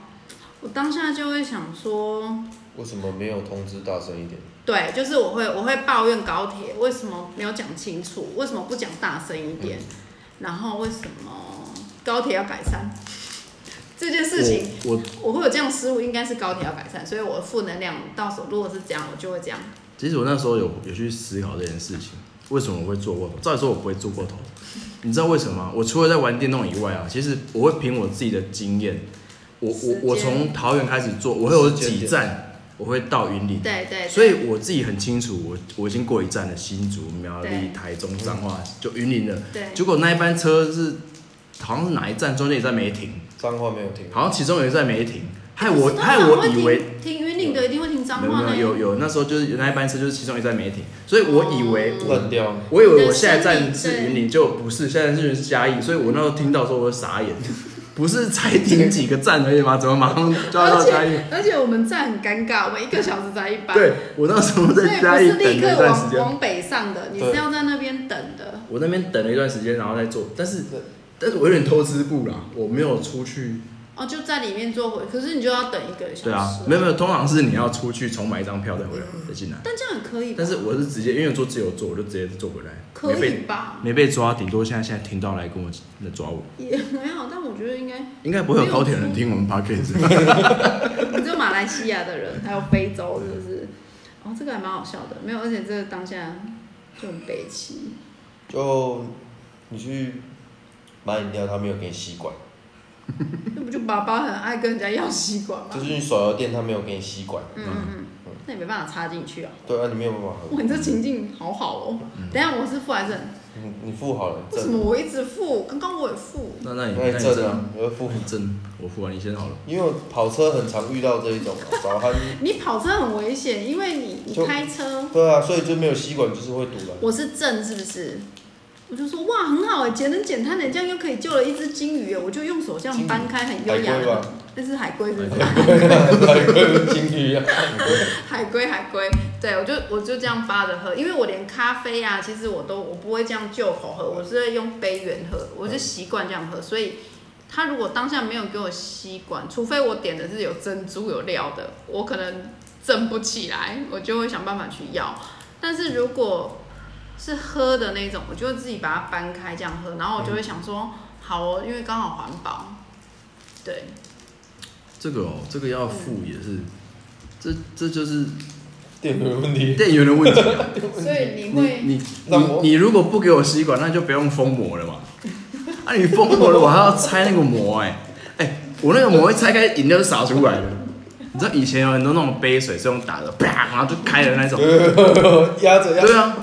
Speaker 2: 我当下就会想说，
Speaker 3: 为什么没有通知大声一点？
Speaker 2: 对，就是我会我会抱怨高铁为什么没有讲清楚，为什么不讲大声一
Speaker 1: 嗯
Speaker 2: 点，然后为什么高铁要改善这件事情。
Speaker 1: 我我
Speaker 2: 我会有这样失误，应该是高铁要改善，所以我的负能量到手如果是这样，我就会这样。
Speaker 1: 其实我那时候有有去思考这件事情，为什么我会做过头？照理说我不会做过头，你知道为什么吗？我除了在玩电动以外啊，其实我会凭我自己的经验，我
Speaker 2: 时
Speaker 1: 我
Speaker 2: 间
Speaker 1: 我从桃园开始做，我会有
Speaker 3: 时间
Speaker 1: 几
Speaker 3: 点
Speaker 1: 站我会到云林，
Speaker 2: 对哎对对
Speaker 1: 所以我自己很清楚，我我已经过一站了，新竹、苗栗
Speaker 2: 对、嗯
Speaker 1: 台中、彰化就云林了，
Speaker 2: 对
Speaker 1: 结果那一班车是好像是哪一站中间一站没停，
Speaker 3: 脏话没有听。
Speaker 1: 好像其中有一站没停，害我
Speaker 2: 通
Speaker 1: 害
Speaker 2: 常
Speaker 1: 我
Speaker 2: 会
Speaker 1: 以
Speaker 2: 听
Speaker 1: 为
Speaker 2: 听云岭的一定会听脏
Speaker 1: 没有
Speaker 2: 话呢，哦
Speaker 1: 没有有有，那时候就是有那一班车就是其中一站没停，所以我以为我、
Speaker 3: 乱掉，
Speaker 1: 我以为我下一站是云林，就不是，下一站是嘉义，所以我那时候听到说我傻 眼，不是才停几个站而已吗？怎么马上就要
Speaker 2: 而
Speaker 1: 到嘉义？
Speaker 2: 且而且我们站很尴尬，我们一个小时才一 班，
Speaker 1: 对，我那时候
Speaker 2: 所以
Speaker 1: 在嘉
Speaker 2: 不
Speaker 1: 义
Speaker 2: 是
Speaker 1: 等了一
Speaker 2: 立刻
Speaker 1: 段时
Speaker 2: 往
Speaker 1: 间，
Speaker 2: 往北上的，你是
Speaker 3: 对
Speaker 2: 要在那边等的。
Speaker 1: 我那边等了一段时间，然后再做，但是
Speaker 3: 对
Speaker 1: 但是我有点偷吃步啦，我没有出去，
Speaker 2: 哦，就在里面坐回，可是你就要等一个小时。
Speaker 1: 对啊，没有没有，通常是你要出去重买一张票再回来再进来，
Speaker 2: 但这样也可以吧，
Speaker 1: 但是我是直接因为做自由做，我就直接坐回来，
Speaker 2: 可
Speaker 1: 没
Speaker 2: 以
Speaker 1: 被
Speaker 2: 吧？
Speaker 1: 没被抓，顶多现在现在听到来跟我来抓我。
Speaker 2: 也没有，但我觉得应该，
Speaker 1: 应该不会有高铁人听我们 podcast。
Speaker 2: 你知道马来西亚的人，还有非洲，是不是？哦，这个还蛮好笑的，没有，而且这个当下就很悲戚。
Speaker 3: 就你去买饮料，他没有给你吸管，
Speaker 2: 那不就爸爸很爱跟人家要吸管吗？
Speaker 3: 就是你手摇店他没有给你吸管，
Speaker 2: 嗯嗯嗯，那也没办法插进去啊。
Speaker 3: 对啊，你没有办法喝，
Speaker 2: 哇，你这情境好好哦。等一下我是付还是很？
Speaker 3: 你你付好了，
Speaker 2: 为什
Speaker 3: 正，
Speaker 2: 么我一直付？刚刚我也付。
Speaker 1: 那那你
Speaker 3: 那
Speaker 1: 那
Speaker 3: 你
Speaker 1: 你
Speaker 3: 正
Speaker 1: 真
Speaker 3: 啊，我要付，
Speaker 1: 真，我付完你先好了。
Speaker 3: 因为我跑车很常遇到这一种啊，早餐，
Speaker 2: 你跑车很危险，因为你
Speaker 3: 就
Speaker 2: 你开车，
Speaker 3: 对啊，所以就没有吸管就是会堵了，
Speaker 2: 我是正是不是？我就说哇，很好哎，节能减碳的，这样又可以救了一只金鱼哎，我就用手这样搬开，很优
Speaker 3: 海
Speaker 2: 雅
Speaker 3: 龟
Speaker 2: 的。
Speaker 3: 吧，
Speaker 2: 那是海龟是不是？
Speaker 3: 海龟金鱼啊，
Speaker 2: 海龟，海龟，对我就我就这样扒着喝，因为我连咖啡啊，其实我都我不会这样就口喝，我是会用杯缘喝，我就习惯这样喝，所以他如果当下没有给我吸管，除非我点的是有珍珠有料的，我可能震不起来，我就会想办法去要，但是如果是喝的那种，我就会自己把它搬开这样喝，然后我就会想说，好哦，因为刚好环保，对，
Speaker 1: 这个哦，这个要付也是，这这就是
Speaker 3: 店员问题，
Speaker 1: 店员的问题 啊。
Speaker 2: 所以你
Speaker 1: 你
Speaker 2: 会
Speaker 1: 你
Speaker 3: 那
Speaker 1: 你
Speaker 3: 我
Speaker 1: 你如果不给我吸管，那就不用封膜了嘛。 啊，你封膜了，我还要拆那个膜哎哎，我那个膜一拆开，饮料就洒出来了。你知道以前有很多那种杯水是用打的，啪，然后就开的那种。
Speaker 3: 压着压
Speaker 1: 对
Speaker 3: 着，
Speaker 1: 啊，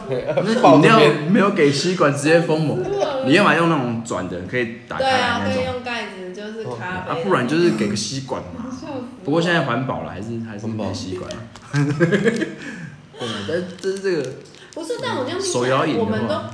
Speaker 1: 那
Speaker 3: 爆
Speaker 1: 饮料
Speaker 3: 这边
Speaker 1: 没有给吸管，直接封膜。你要么用那种转的，可以打
Speaker 2: 对
Speaker 1: 开
Speaker 2: 啊，
Speaker 1: 来那
Speaker 2: 可以
Speaker 1: 种。
Speaker 2: 用盖子，就是咖啡的、
Speaker 1: 啊，不然就是给个吸管嘛。
Speaker 2: 笑死我
Speaker 1: 不过现在环保了，还是还是
Speaker 3: 环保
Speaker 1: 没吸管了。 对啊，但这是这个
Speaker 2: 不是，但我这样听起
Speaker 1: 手摇饮
Speaker 2: 来，
Speaker 1: 的
Speaker 2: 我们都
Speaker 1: 话，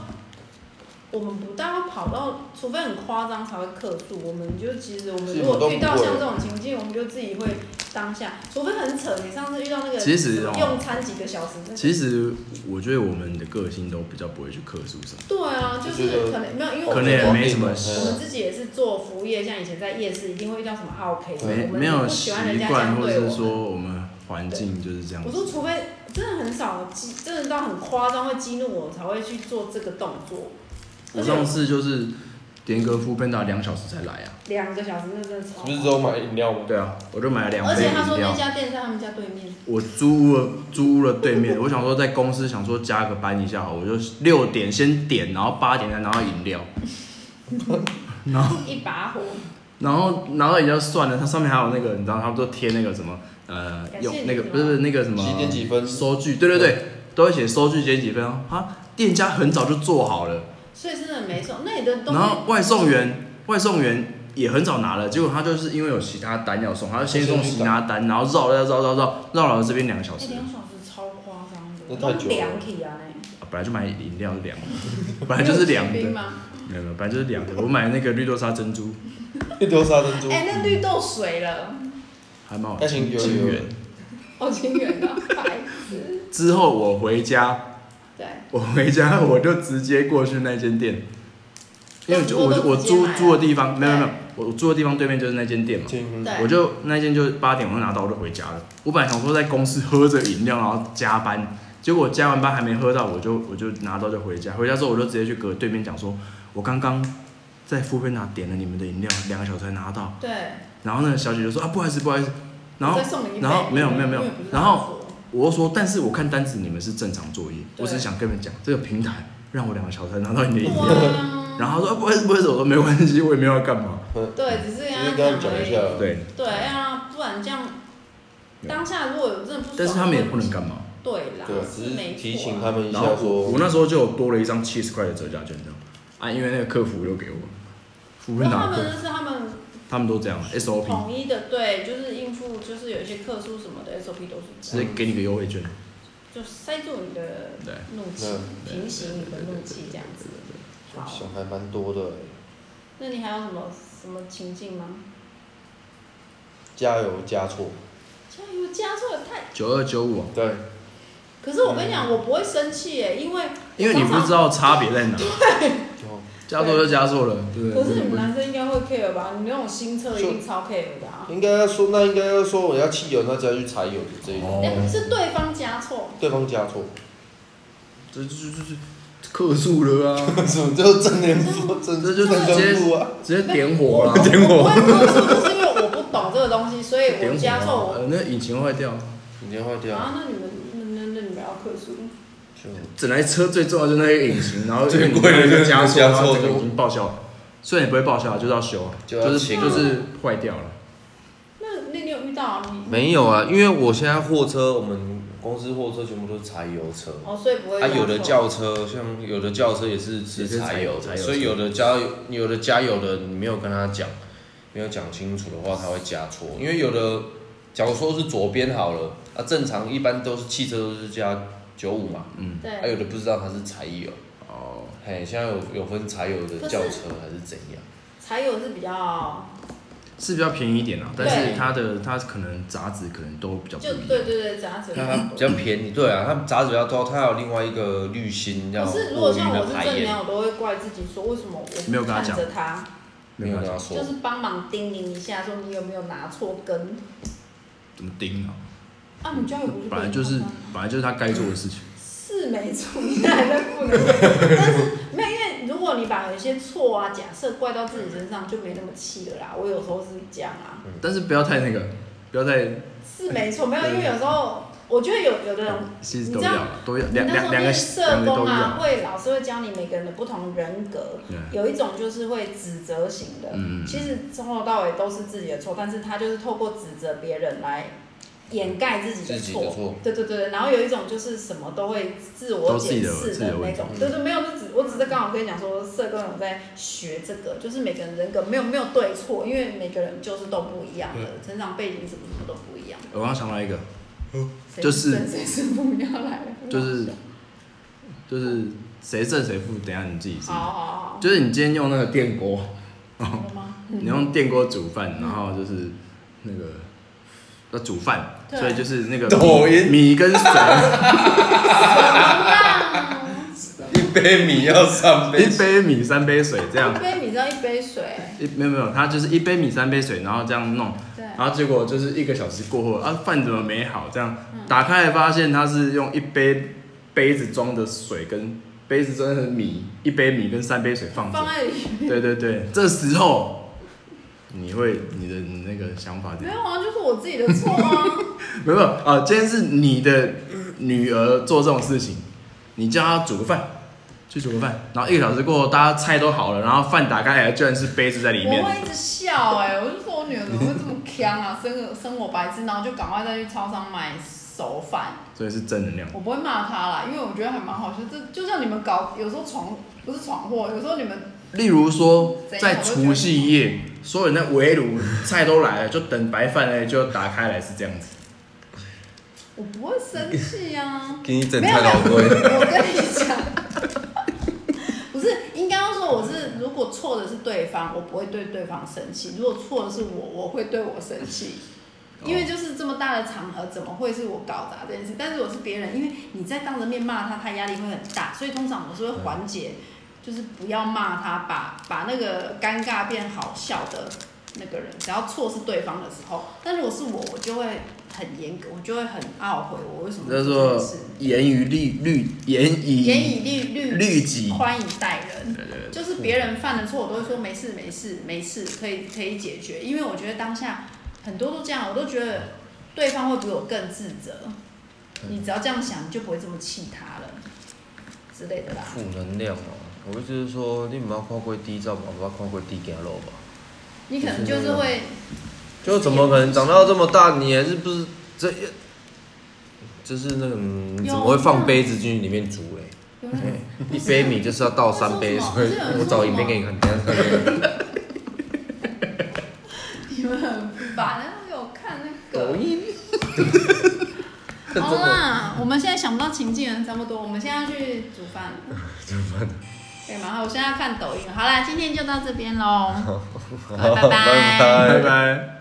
Speaker 2: 我们不大会跑到，除非很夸张才会克数。我们就其实我们
Speaker 3: 是
Speaker 2: 如果
Speaker 3: 我
Speaker 2: 遇
Speaker 3: 们都不会
Speaker 2: 到像这种情境，我们就自己会当下，除非很扯。你上次遇到那个
Speaker 1: 其实
Speaker 2: 什么
Speaker 1: 哦
Speaker 2: 用餐几个小时，那个
Speaker 1: 其实我觉得我们的个性都比较不会去克数什么，
Speaker 2: 对啊，就
Speaker 3: 就是
Speaker 2: 可能没有，因为我
Speaker 1: 可
Speaker 2: 们
Speaker 1: 能也
Speaker 2: 我
Speaker 1: 没什么
Speaker 2: 们
Speaker 3: 哦
Speaker 2: 自己也是做服务业，像以前在夜市一定会遇到什么 OK，
Speaker 1: 没
Speaker 3: 啊
Speaker 2: 我们
Speaker 1: 没有
Speaker 2: 不
Speaker 1: 习
Speaker 2: 喜欢人家这
Speaker 1: 惯，
Speaker 2: 样
Speaker 1: 或
Speaker 2: 对
Speaker 1: 者
Speaker 2: 我
Speaker 1: 是
Speaker 2: 们。
Speaker 1: 说我们环境就是这样
Speaker 2: 我
Speaker 1: 子。
Speaker 2: 说，除非真的很少激，真的到很夸张会激怒我，才会去做这个动作。
Speaker 1: 我上次就是点个副喷达两小时才来啊，
Speaker 2: 两个小时，那真的超
Speaker 3: 不是只有买饮料吗？
Speaker 1: 对啊，我就买了两
Speaker 2: 而
Speaker 1: 杯
Speaker 2: 且他说
Speaker 1: 饮
Speaker 2: 那
Speaker 1: 料。
Speaker 2: 家店在他们家对面，
Speaker 1: 我租屋了，租屋了对面，我想说在公司想说加个班一下好，我就六点先点，然后八点再拿到饮料，然后
Speaker 2: 一把火，
Speaker 1: 然后拿到饮料算了，它上面还有那个，你知道他们都贴那个什么呃
Speaker 2: 感谢
Speaker 1: 用
Speaker 2: 你
Speaker 1: 那个
Speaker 2: 什么
Speaker 1: 不是不是那个什么
Speaker 3: 几点几分
Speaker 1: 收据，对对对，都会写收据前几分钟，哈，店家很早就做好了，
Speaker 2: 所以真的没送。那你的东
Speaker 1: 然
Speaker 2: 西
Speaker 1: 后外送员外送员也很早拿了，结果他就是因为有其他单要送，他就先送其他单，然后绕绕绕绕绕绕了这边两个小
Speaker 2: 哎
Speaker 1: 时，
Speaker 2: 两小时超夸张的，
Speaker 3: 那太久了
Speaker 2: 凉体啊那。
Speaker 1: 啊本来就买饮料是凉 的，本来就是凉的，
Speaker 4: 你有吃
Speaker 1: 没
Speaker 4: 冰吗？
Speaker 1: 有没有，本来就是凉的，我买那个绿豆沙珍珠
Speaker 3: 一丢沙珍珠，
Speaker 2: 哎、那绿豆水了，
Speaker 1: 还蛮好
Speaker 3: 但是
Speaker 1: 吃，
Speaker 3: 有
Speaker 1: 清
Speaker 3: 有
Speaker 1: 远。
Speaker 4: 好清远
Speaker 2: 啊
Speaker 4: 的，白痴。
Speaker 1: 之后我回家，
Speaker 4: 对，
Speaker 1: 我回家 我就直接过去那间店，因为我就我就我
Speaker 2: 都直接
Speaker 1: 租
Speaker 2: 买啊
Speaker 1: 租的地方没有没有
Speaker 2: 对，
Speaker 1: 我住的地方对面就是那间店嘛。
Speaker 3: 清
Speaker 2: 对
Speaker 1: 我就那一天就八点我就拿到，我就回家了。我本来想说在公司喝着饮料，然后加班，结果加完班还没喝到，我就我就拿到就回家。回家之后我就直接去隔对面讲说，我刚刚在富贝娜点了你们的饮料，两个小时才拿到。
Speaker 2: 对，
Speaker 1: 然后那个小姐就说啊，不好意思，不好意思。然后
Speaker 4: 再送你一杯
Speaker 1: 然后没有没有没有
Speaker 4: 因为不是
Speaker 1: 然后我就说，但是我看单子你们是正常作业，我只是想跟你们讲，这个平台让我两个小时才拿到你的饮料。
Speaker 2: 哇，
Speaker 1: 然后她说、啊、不好意思，不好意思，我说没关系，我也没有要干嘛。
Speaker 2: 对，只是
Speaker 3: 直
Speaker 2: 跟
Speaker 3: 接
Speaker 2: 他
Speaker 3: 嗯跟他
Speaker 2: 讲
Speaker 3: 们讲
Speaker 2: 而
Speaker 3: 一
Speaker 2: 已
Speaker 3: 下。，
Speaker 1: 对，
Speaker 2: 对，啊，不然这样，当下如果有真的不爽，
Speaker 1: 但是他们也不能干嘛。
Speaker 2: 对啦，
Speaker 3: 对，
Speaker 2: 是
Speaker 3: 只
Speaker 2: 没
Speaker 3: 是提
Speaker 2: 错啊
Speaker 3: 醒他们一
Speaker 1: 然
Speaker 3: 下
Speaker 1: 后我
Speaker 3: 说
Speaker 1: 我，那时候就有多了一张七十块的折价券，这样啊，因为那个客服又给我，服务
Speaker 2: 那他
Speaker 1: 哪
Speaker 2: 们哦
Speaker 1: 客，
Speaker 2: 就是他们
Speaker 1: 他们都这样，SOP
Speaker 2: 统一的，对，就是应付，就是有一些客诉什么的 SOP 都是这
Speaker 1: 直
Speaker 2: 样，
Speaker 1: 接给你个优惠券，
Speaker 2: 就塞住你的
Speaker 1: 对
Speaker 2: 怒气
Speaker 3: 嗯，
Speaker 1: 对
Speaker 2: 平息你的怒气这样子。好，
Speaker 3: 想还蛮多的欸，
Speaker 2: 那你还有什么什么情境吗？
Speaker 3: 加油加错，
Speaker 2: 加油加错也太……
Speaker 1: 九二九五，啊
Speaker 3: 对，
Speaker 2: 可是我跟你讲，我不会生气耶，因为
Speaker 1: 因为你不知道差别在哪，
Speaker 3: 哦
Speaker 1: 加错就加错了，对
Speaker 2: 可是你们
Speaker 1: 不对？
Speaker 2: 男生应该会 care 吧？你们那种新车一定超 care 的啊！
Speaker 3: 应该要说那应该要说我要汽油，那就要去柴油的这一种，
Speaker 2: 哎、
Speaker 1: 哦，
Speaker 2: 是对方加错，
Speaker 3: 对方加错，
Speaker 1: 这这这这客诉了 啊，
Speaker 3: 什么叫正念不正
Speaker 1: 这就
Speaker 3: 正
Speaker 1: 直接
Speaker 3: 跟不啊？
Speaker 1: 直接点火了啊，
Speaker 2: 点火。我会客诉，就是因为我不懂这个东西，所以我
Speaker 1: 点
Speaker 2: 加错
Speaker 1: 火
Speaker 2: 我
Speaker 1: 啊，呃那引擎坏掉，
Speaker 3: 你先坏掉，
Speaker 2: 啊，那你们那那那你们要克数，
Speaker 3: 就
Speaker 1: 整台车最重要就是那个引擎，然后
Speaker 3: 最贵的
Speaker 1: 因为你加
Speaker 3: 就是加
Speaker 1: 然
Speaker 3: 错
Speaker 1: 后整个引擎报销了，虽然也不会报销，就是要修啊，
Speaker 3: 就要
Speaker 1: 就是
Speaker 3: 清
Speaker 1: 就是坏掉了。
Speaker 2: 那那你有遇到你
Speaker 3: 没有啊，因为我现在货车，我们公司货车全部都是柴油车，
Speaker 2: 哦，所以不会
Speaker 3: 啊，
Speaker 2: 加
Speaker 3: 有的
Speaker 2: 错
Speaker 3: 轿车，像有的轿车也是是柴油
Speaker 1: 也是柴油柴油车
Speaker 3: 的，所以有的加油有的加油的，你没有跟他讲，没有讲清楚的话，他会加错。因为有的，假如说是左边好了，啊，正常一般都是汽车都是加九五嘛，啊，
Speaker 2: 对，
Speaker 3: 有的不知道它是柴油，
Speaker 1: 哦，
Speaker 3: 嘿，现在有有分柴油的轿车还是怎样，
Speaker 2: 柴油是比较
Speaker 1: 是比较便宜一点啊，
Speaker 2: 对
Speaker 1: 但是它的它可能杂质可能都比较不
Speaker 2: 就
Speaker 1: 一
Speaker 2: 对
Speaker 1: 样。
Speaker 2: 对对，杂质
Speaker 3: 那它比较便宜，对啊，它杂质比较多，它有另外一个滤芯要
Speaker 2: 可是如
Speaker 3: 过
Speaker 2: 果
Speaker 3: 滤
Speaker 2: 像我
Speaker 3: 的
Speaker 2: 是
Speaker 3: 排
Speaker 2: 正
Speaker 3: 烟
Speaker 2: 面，，我都会怪自己说为什么我
Speaker 1: 没有跟他
Speaker 2: 看
Speaker 1: 讲
Speaker 2: 着他，
Speaker 3: 没有跟他说
Speaker 2: 就，是帮忙叮咛一下，说你有没有拿错根？
Speaker 1: 怎么盯啊？
Speaker 2: 啊，你交友不是
Speaker 1: 本来就是本来就是他该做的事情。
Speaker 2: 是没错，你还在不能讲，但是没有，因为如果你把有些错啊假设怪到自己身上，就没那么气了啦。我有时候是这样啊，
Speaker 1: 但是不要太那个，不要太
Speaker 2: 是没错，没有，因为有时候我觉得有有的人
Speaker 1: 其实
Speaker 2: 嗯你
Speaker 1: 都
Speaker 2: 知
Speaker 1: 要
Speaker 2: 道
Speaker 1: 都要
Speaker 2: 你
Speaker 1: 两
Speaker 2: 那时
Speaker 1: 两
Speaker 2: 候
Speaker 1: 两个
Speaker 2: 念社
Speaker 1: 两个都
Speaker 2: 工啊，
Speaker 1: 要。
Speaker 2: 会老师会教你每个人的不同人格，
Speaker 1: 对
Speaker 2: 有一种就是会指责型的，
Speaker 1: 嗯嗯嗯
Speaker 2: 其实从头到尾都是自己的错，但是他就是透过指责别人来掩盖自己的
Speaker 3: 自己的错
Speaker 2: 错，对对对。然后有一种就是什么都会自我
Speaker 1: 都自己
Speaker 2: 解
Speaker 1: 的
Speaker 2: 释
Speaker 1: 自己的问
Speaker 2: 那
Speaker 1: 题
Speaker 2: 种，对对，没有，就只我只是刚好跟你讲说，社工有在学这个，就是每个人人格没有没有对错，因为每个人就是都不一样的，成长背景什么什么都不一样，
Speaker 1: 我刚想到一个，
Speaker 2: 谁
Speaker 1: 就是
Speaker 2: 正谁是不要来了，
Speaker 1: 就是就是谁胜谁负，等一下你自己知
Speaker 2: 好。好好好。
Speaker 1: 就是你今天用那个电锅，
Speaker 2: 好了吗？
Speaker 1: 你用电锅煮饭，然后就是那个要煮饭，
Speaker 2: 对
Speaker 1: 所以就是那个
Speaker 3: 抖
Speaker 1: 米
Speaker 3: 音
Speaker 1: 米跟 水，
Speaker 3: 一杯米要三杯。
Speaker 1: 一杯米三杯水这样
Speaker 2: 一。杯米知道一杯水，
Speaker 1: 一没有没有，他就是一杯米三杯水，然后这样弄，
Speaker 2: 对
Speaker 1: 然后结果就是一个小时过后啊，饭怎么没好？这样
Speaker 2: 嗯
Speaker 1: 打开来发现他是用一杯杯子装的水跟杯子装的米，一杯米跟三杯水放
Speaker 2: 放
Speaker 1: 着。
Speaker 2: 在里面。
Speaker 1: 对对对，这时候你会你的你那个想法怎
Speaker 2: 没
Speaker 1: 样？
Speaker 2: 有啊，就是我自己的错啊。
Speaker 1: 没有没有啊，今天是你的女儿做这种事情，你叫她煮个饭。去煮个饭，然后一个小时过后，大家菜都好了，然后饭打开来，居然是杯子在 里面
Speaker 2: 我。会一直欸笑哎、我就说我女儿怎么会这么坑啊，生个生我白痴，然后就赶快再去超商买手反，
Speaker 1: 所以是正能量。
Speaker 2: 我不会骂他啦，因为我觉得还蛮好笑。这就像你们搞，有时候闯不是闯祸，有时候你们
Speaker 1: 例如说，
Speaker 2: 怎样
Speaker 1: 在除夕夜，所有人在围炉，菜都来了，就等白饭呢就打开来，是这样子。
Speaker 2: 我不会生气啊
Speaker 3: 给你整
Speaker 2: 没有
Speaker 3: 菜
Speaker 2: 没有
Speaker 3: 老，龟，
Speaker 2: 我跟你讲，不是应该要说我是，如果错的是对方，我不会对对方生气；如果错的是我，我会对我生气。因为就是这么大的场合，怎么会是我搞砸这件事？但是我是别人，因为你在当着面骂他，他压力会很大，所以通常我是会缓解，就是不要骂他，把把那个尴尬变好笑的那个人，只要错是对方的时候，但如果是我，我就会很严格，我就会很懊悔，我为什么
Speaker 1: 叫
Speaker 2: 做这
Speaker 1: 做
Speaker 2: 件事
Speaker 1: 严于律律，严以
Speaker 2: 严以律律
Speaker 1: 律己。
Speaker 2: 宽以待人，
Speaker 1: 对对对嗯
Speaker 2: 就是别人犯的错，我都会说没事没事没事，可以可以解决。因为我觉得当下很多都这样，我都觉得对方会比我更自责。
Speaker 1: 嗯
Speaker 2: 你只要这样想，你就不会这么气他了之类的啦。
Speaker 3: 负能量哦。我意思是说，你唔要看过低照吧，不要看过低行路吧。
Speaker 2: 你可能就是会，
Speaker 3: 就怎么可能长到这么大，你还是不是这，就是那个嗯你怎么会放杯子进去里面煮嘞？
Speaker 2: 有人
Speaker 3: 一杯米就是要倒三杯，所以我找影片给你看。等一下看
Speaker 2: 你们很
Speaker 4: 反正我有看那
Speaker 3: 抖
Speaker 4: 个，
Speaker 3: 音，真
Speaker 2: 好
Speaker 3: 的
Speaker 2: 啦，我们现在想不到情境了，差不多，我们现在要去煮饭。 煮饭。对嘛？好，我现在要看抖音。好啦，今天就到这边喽。好拜拜
Speaker 3: 拜拜
Speaker 1: 拜拜。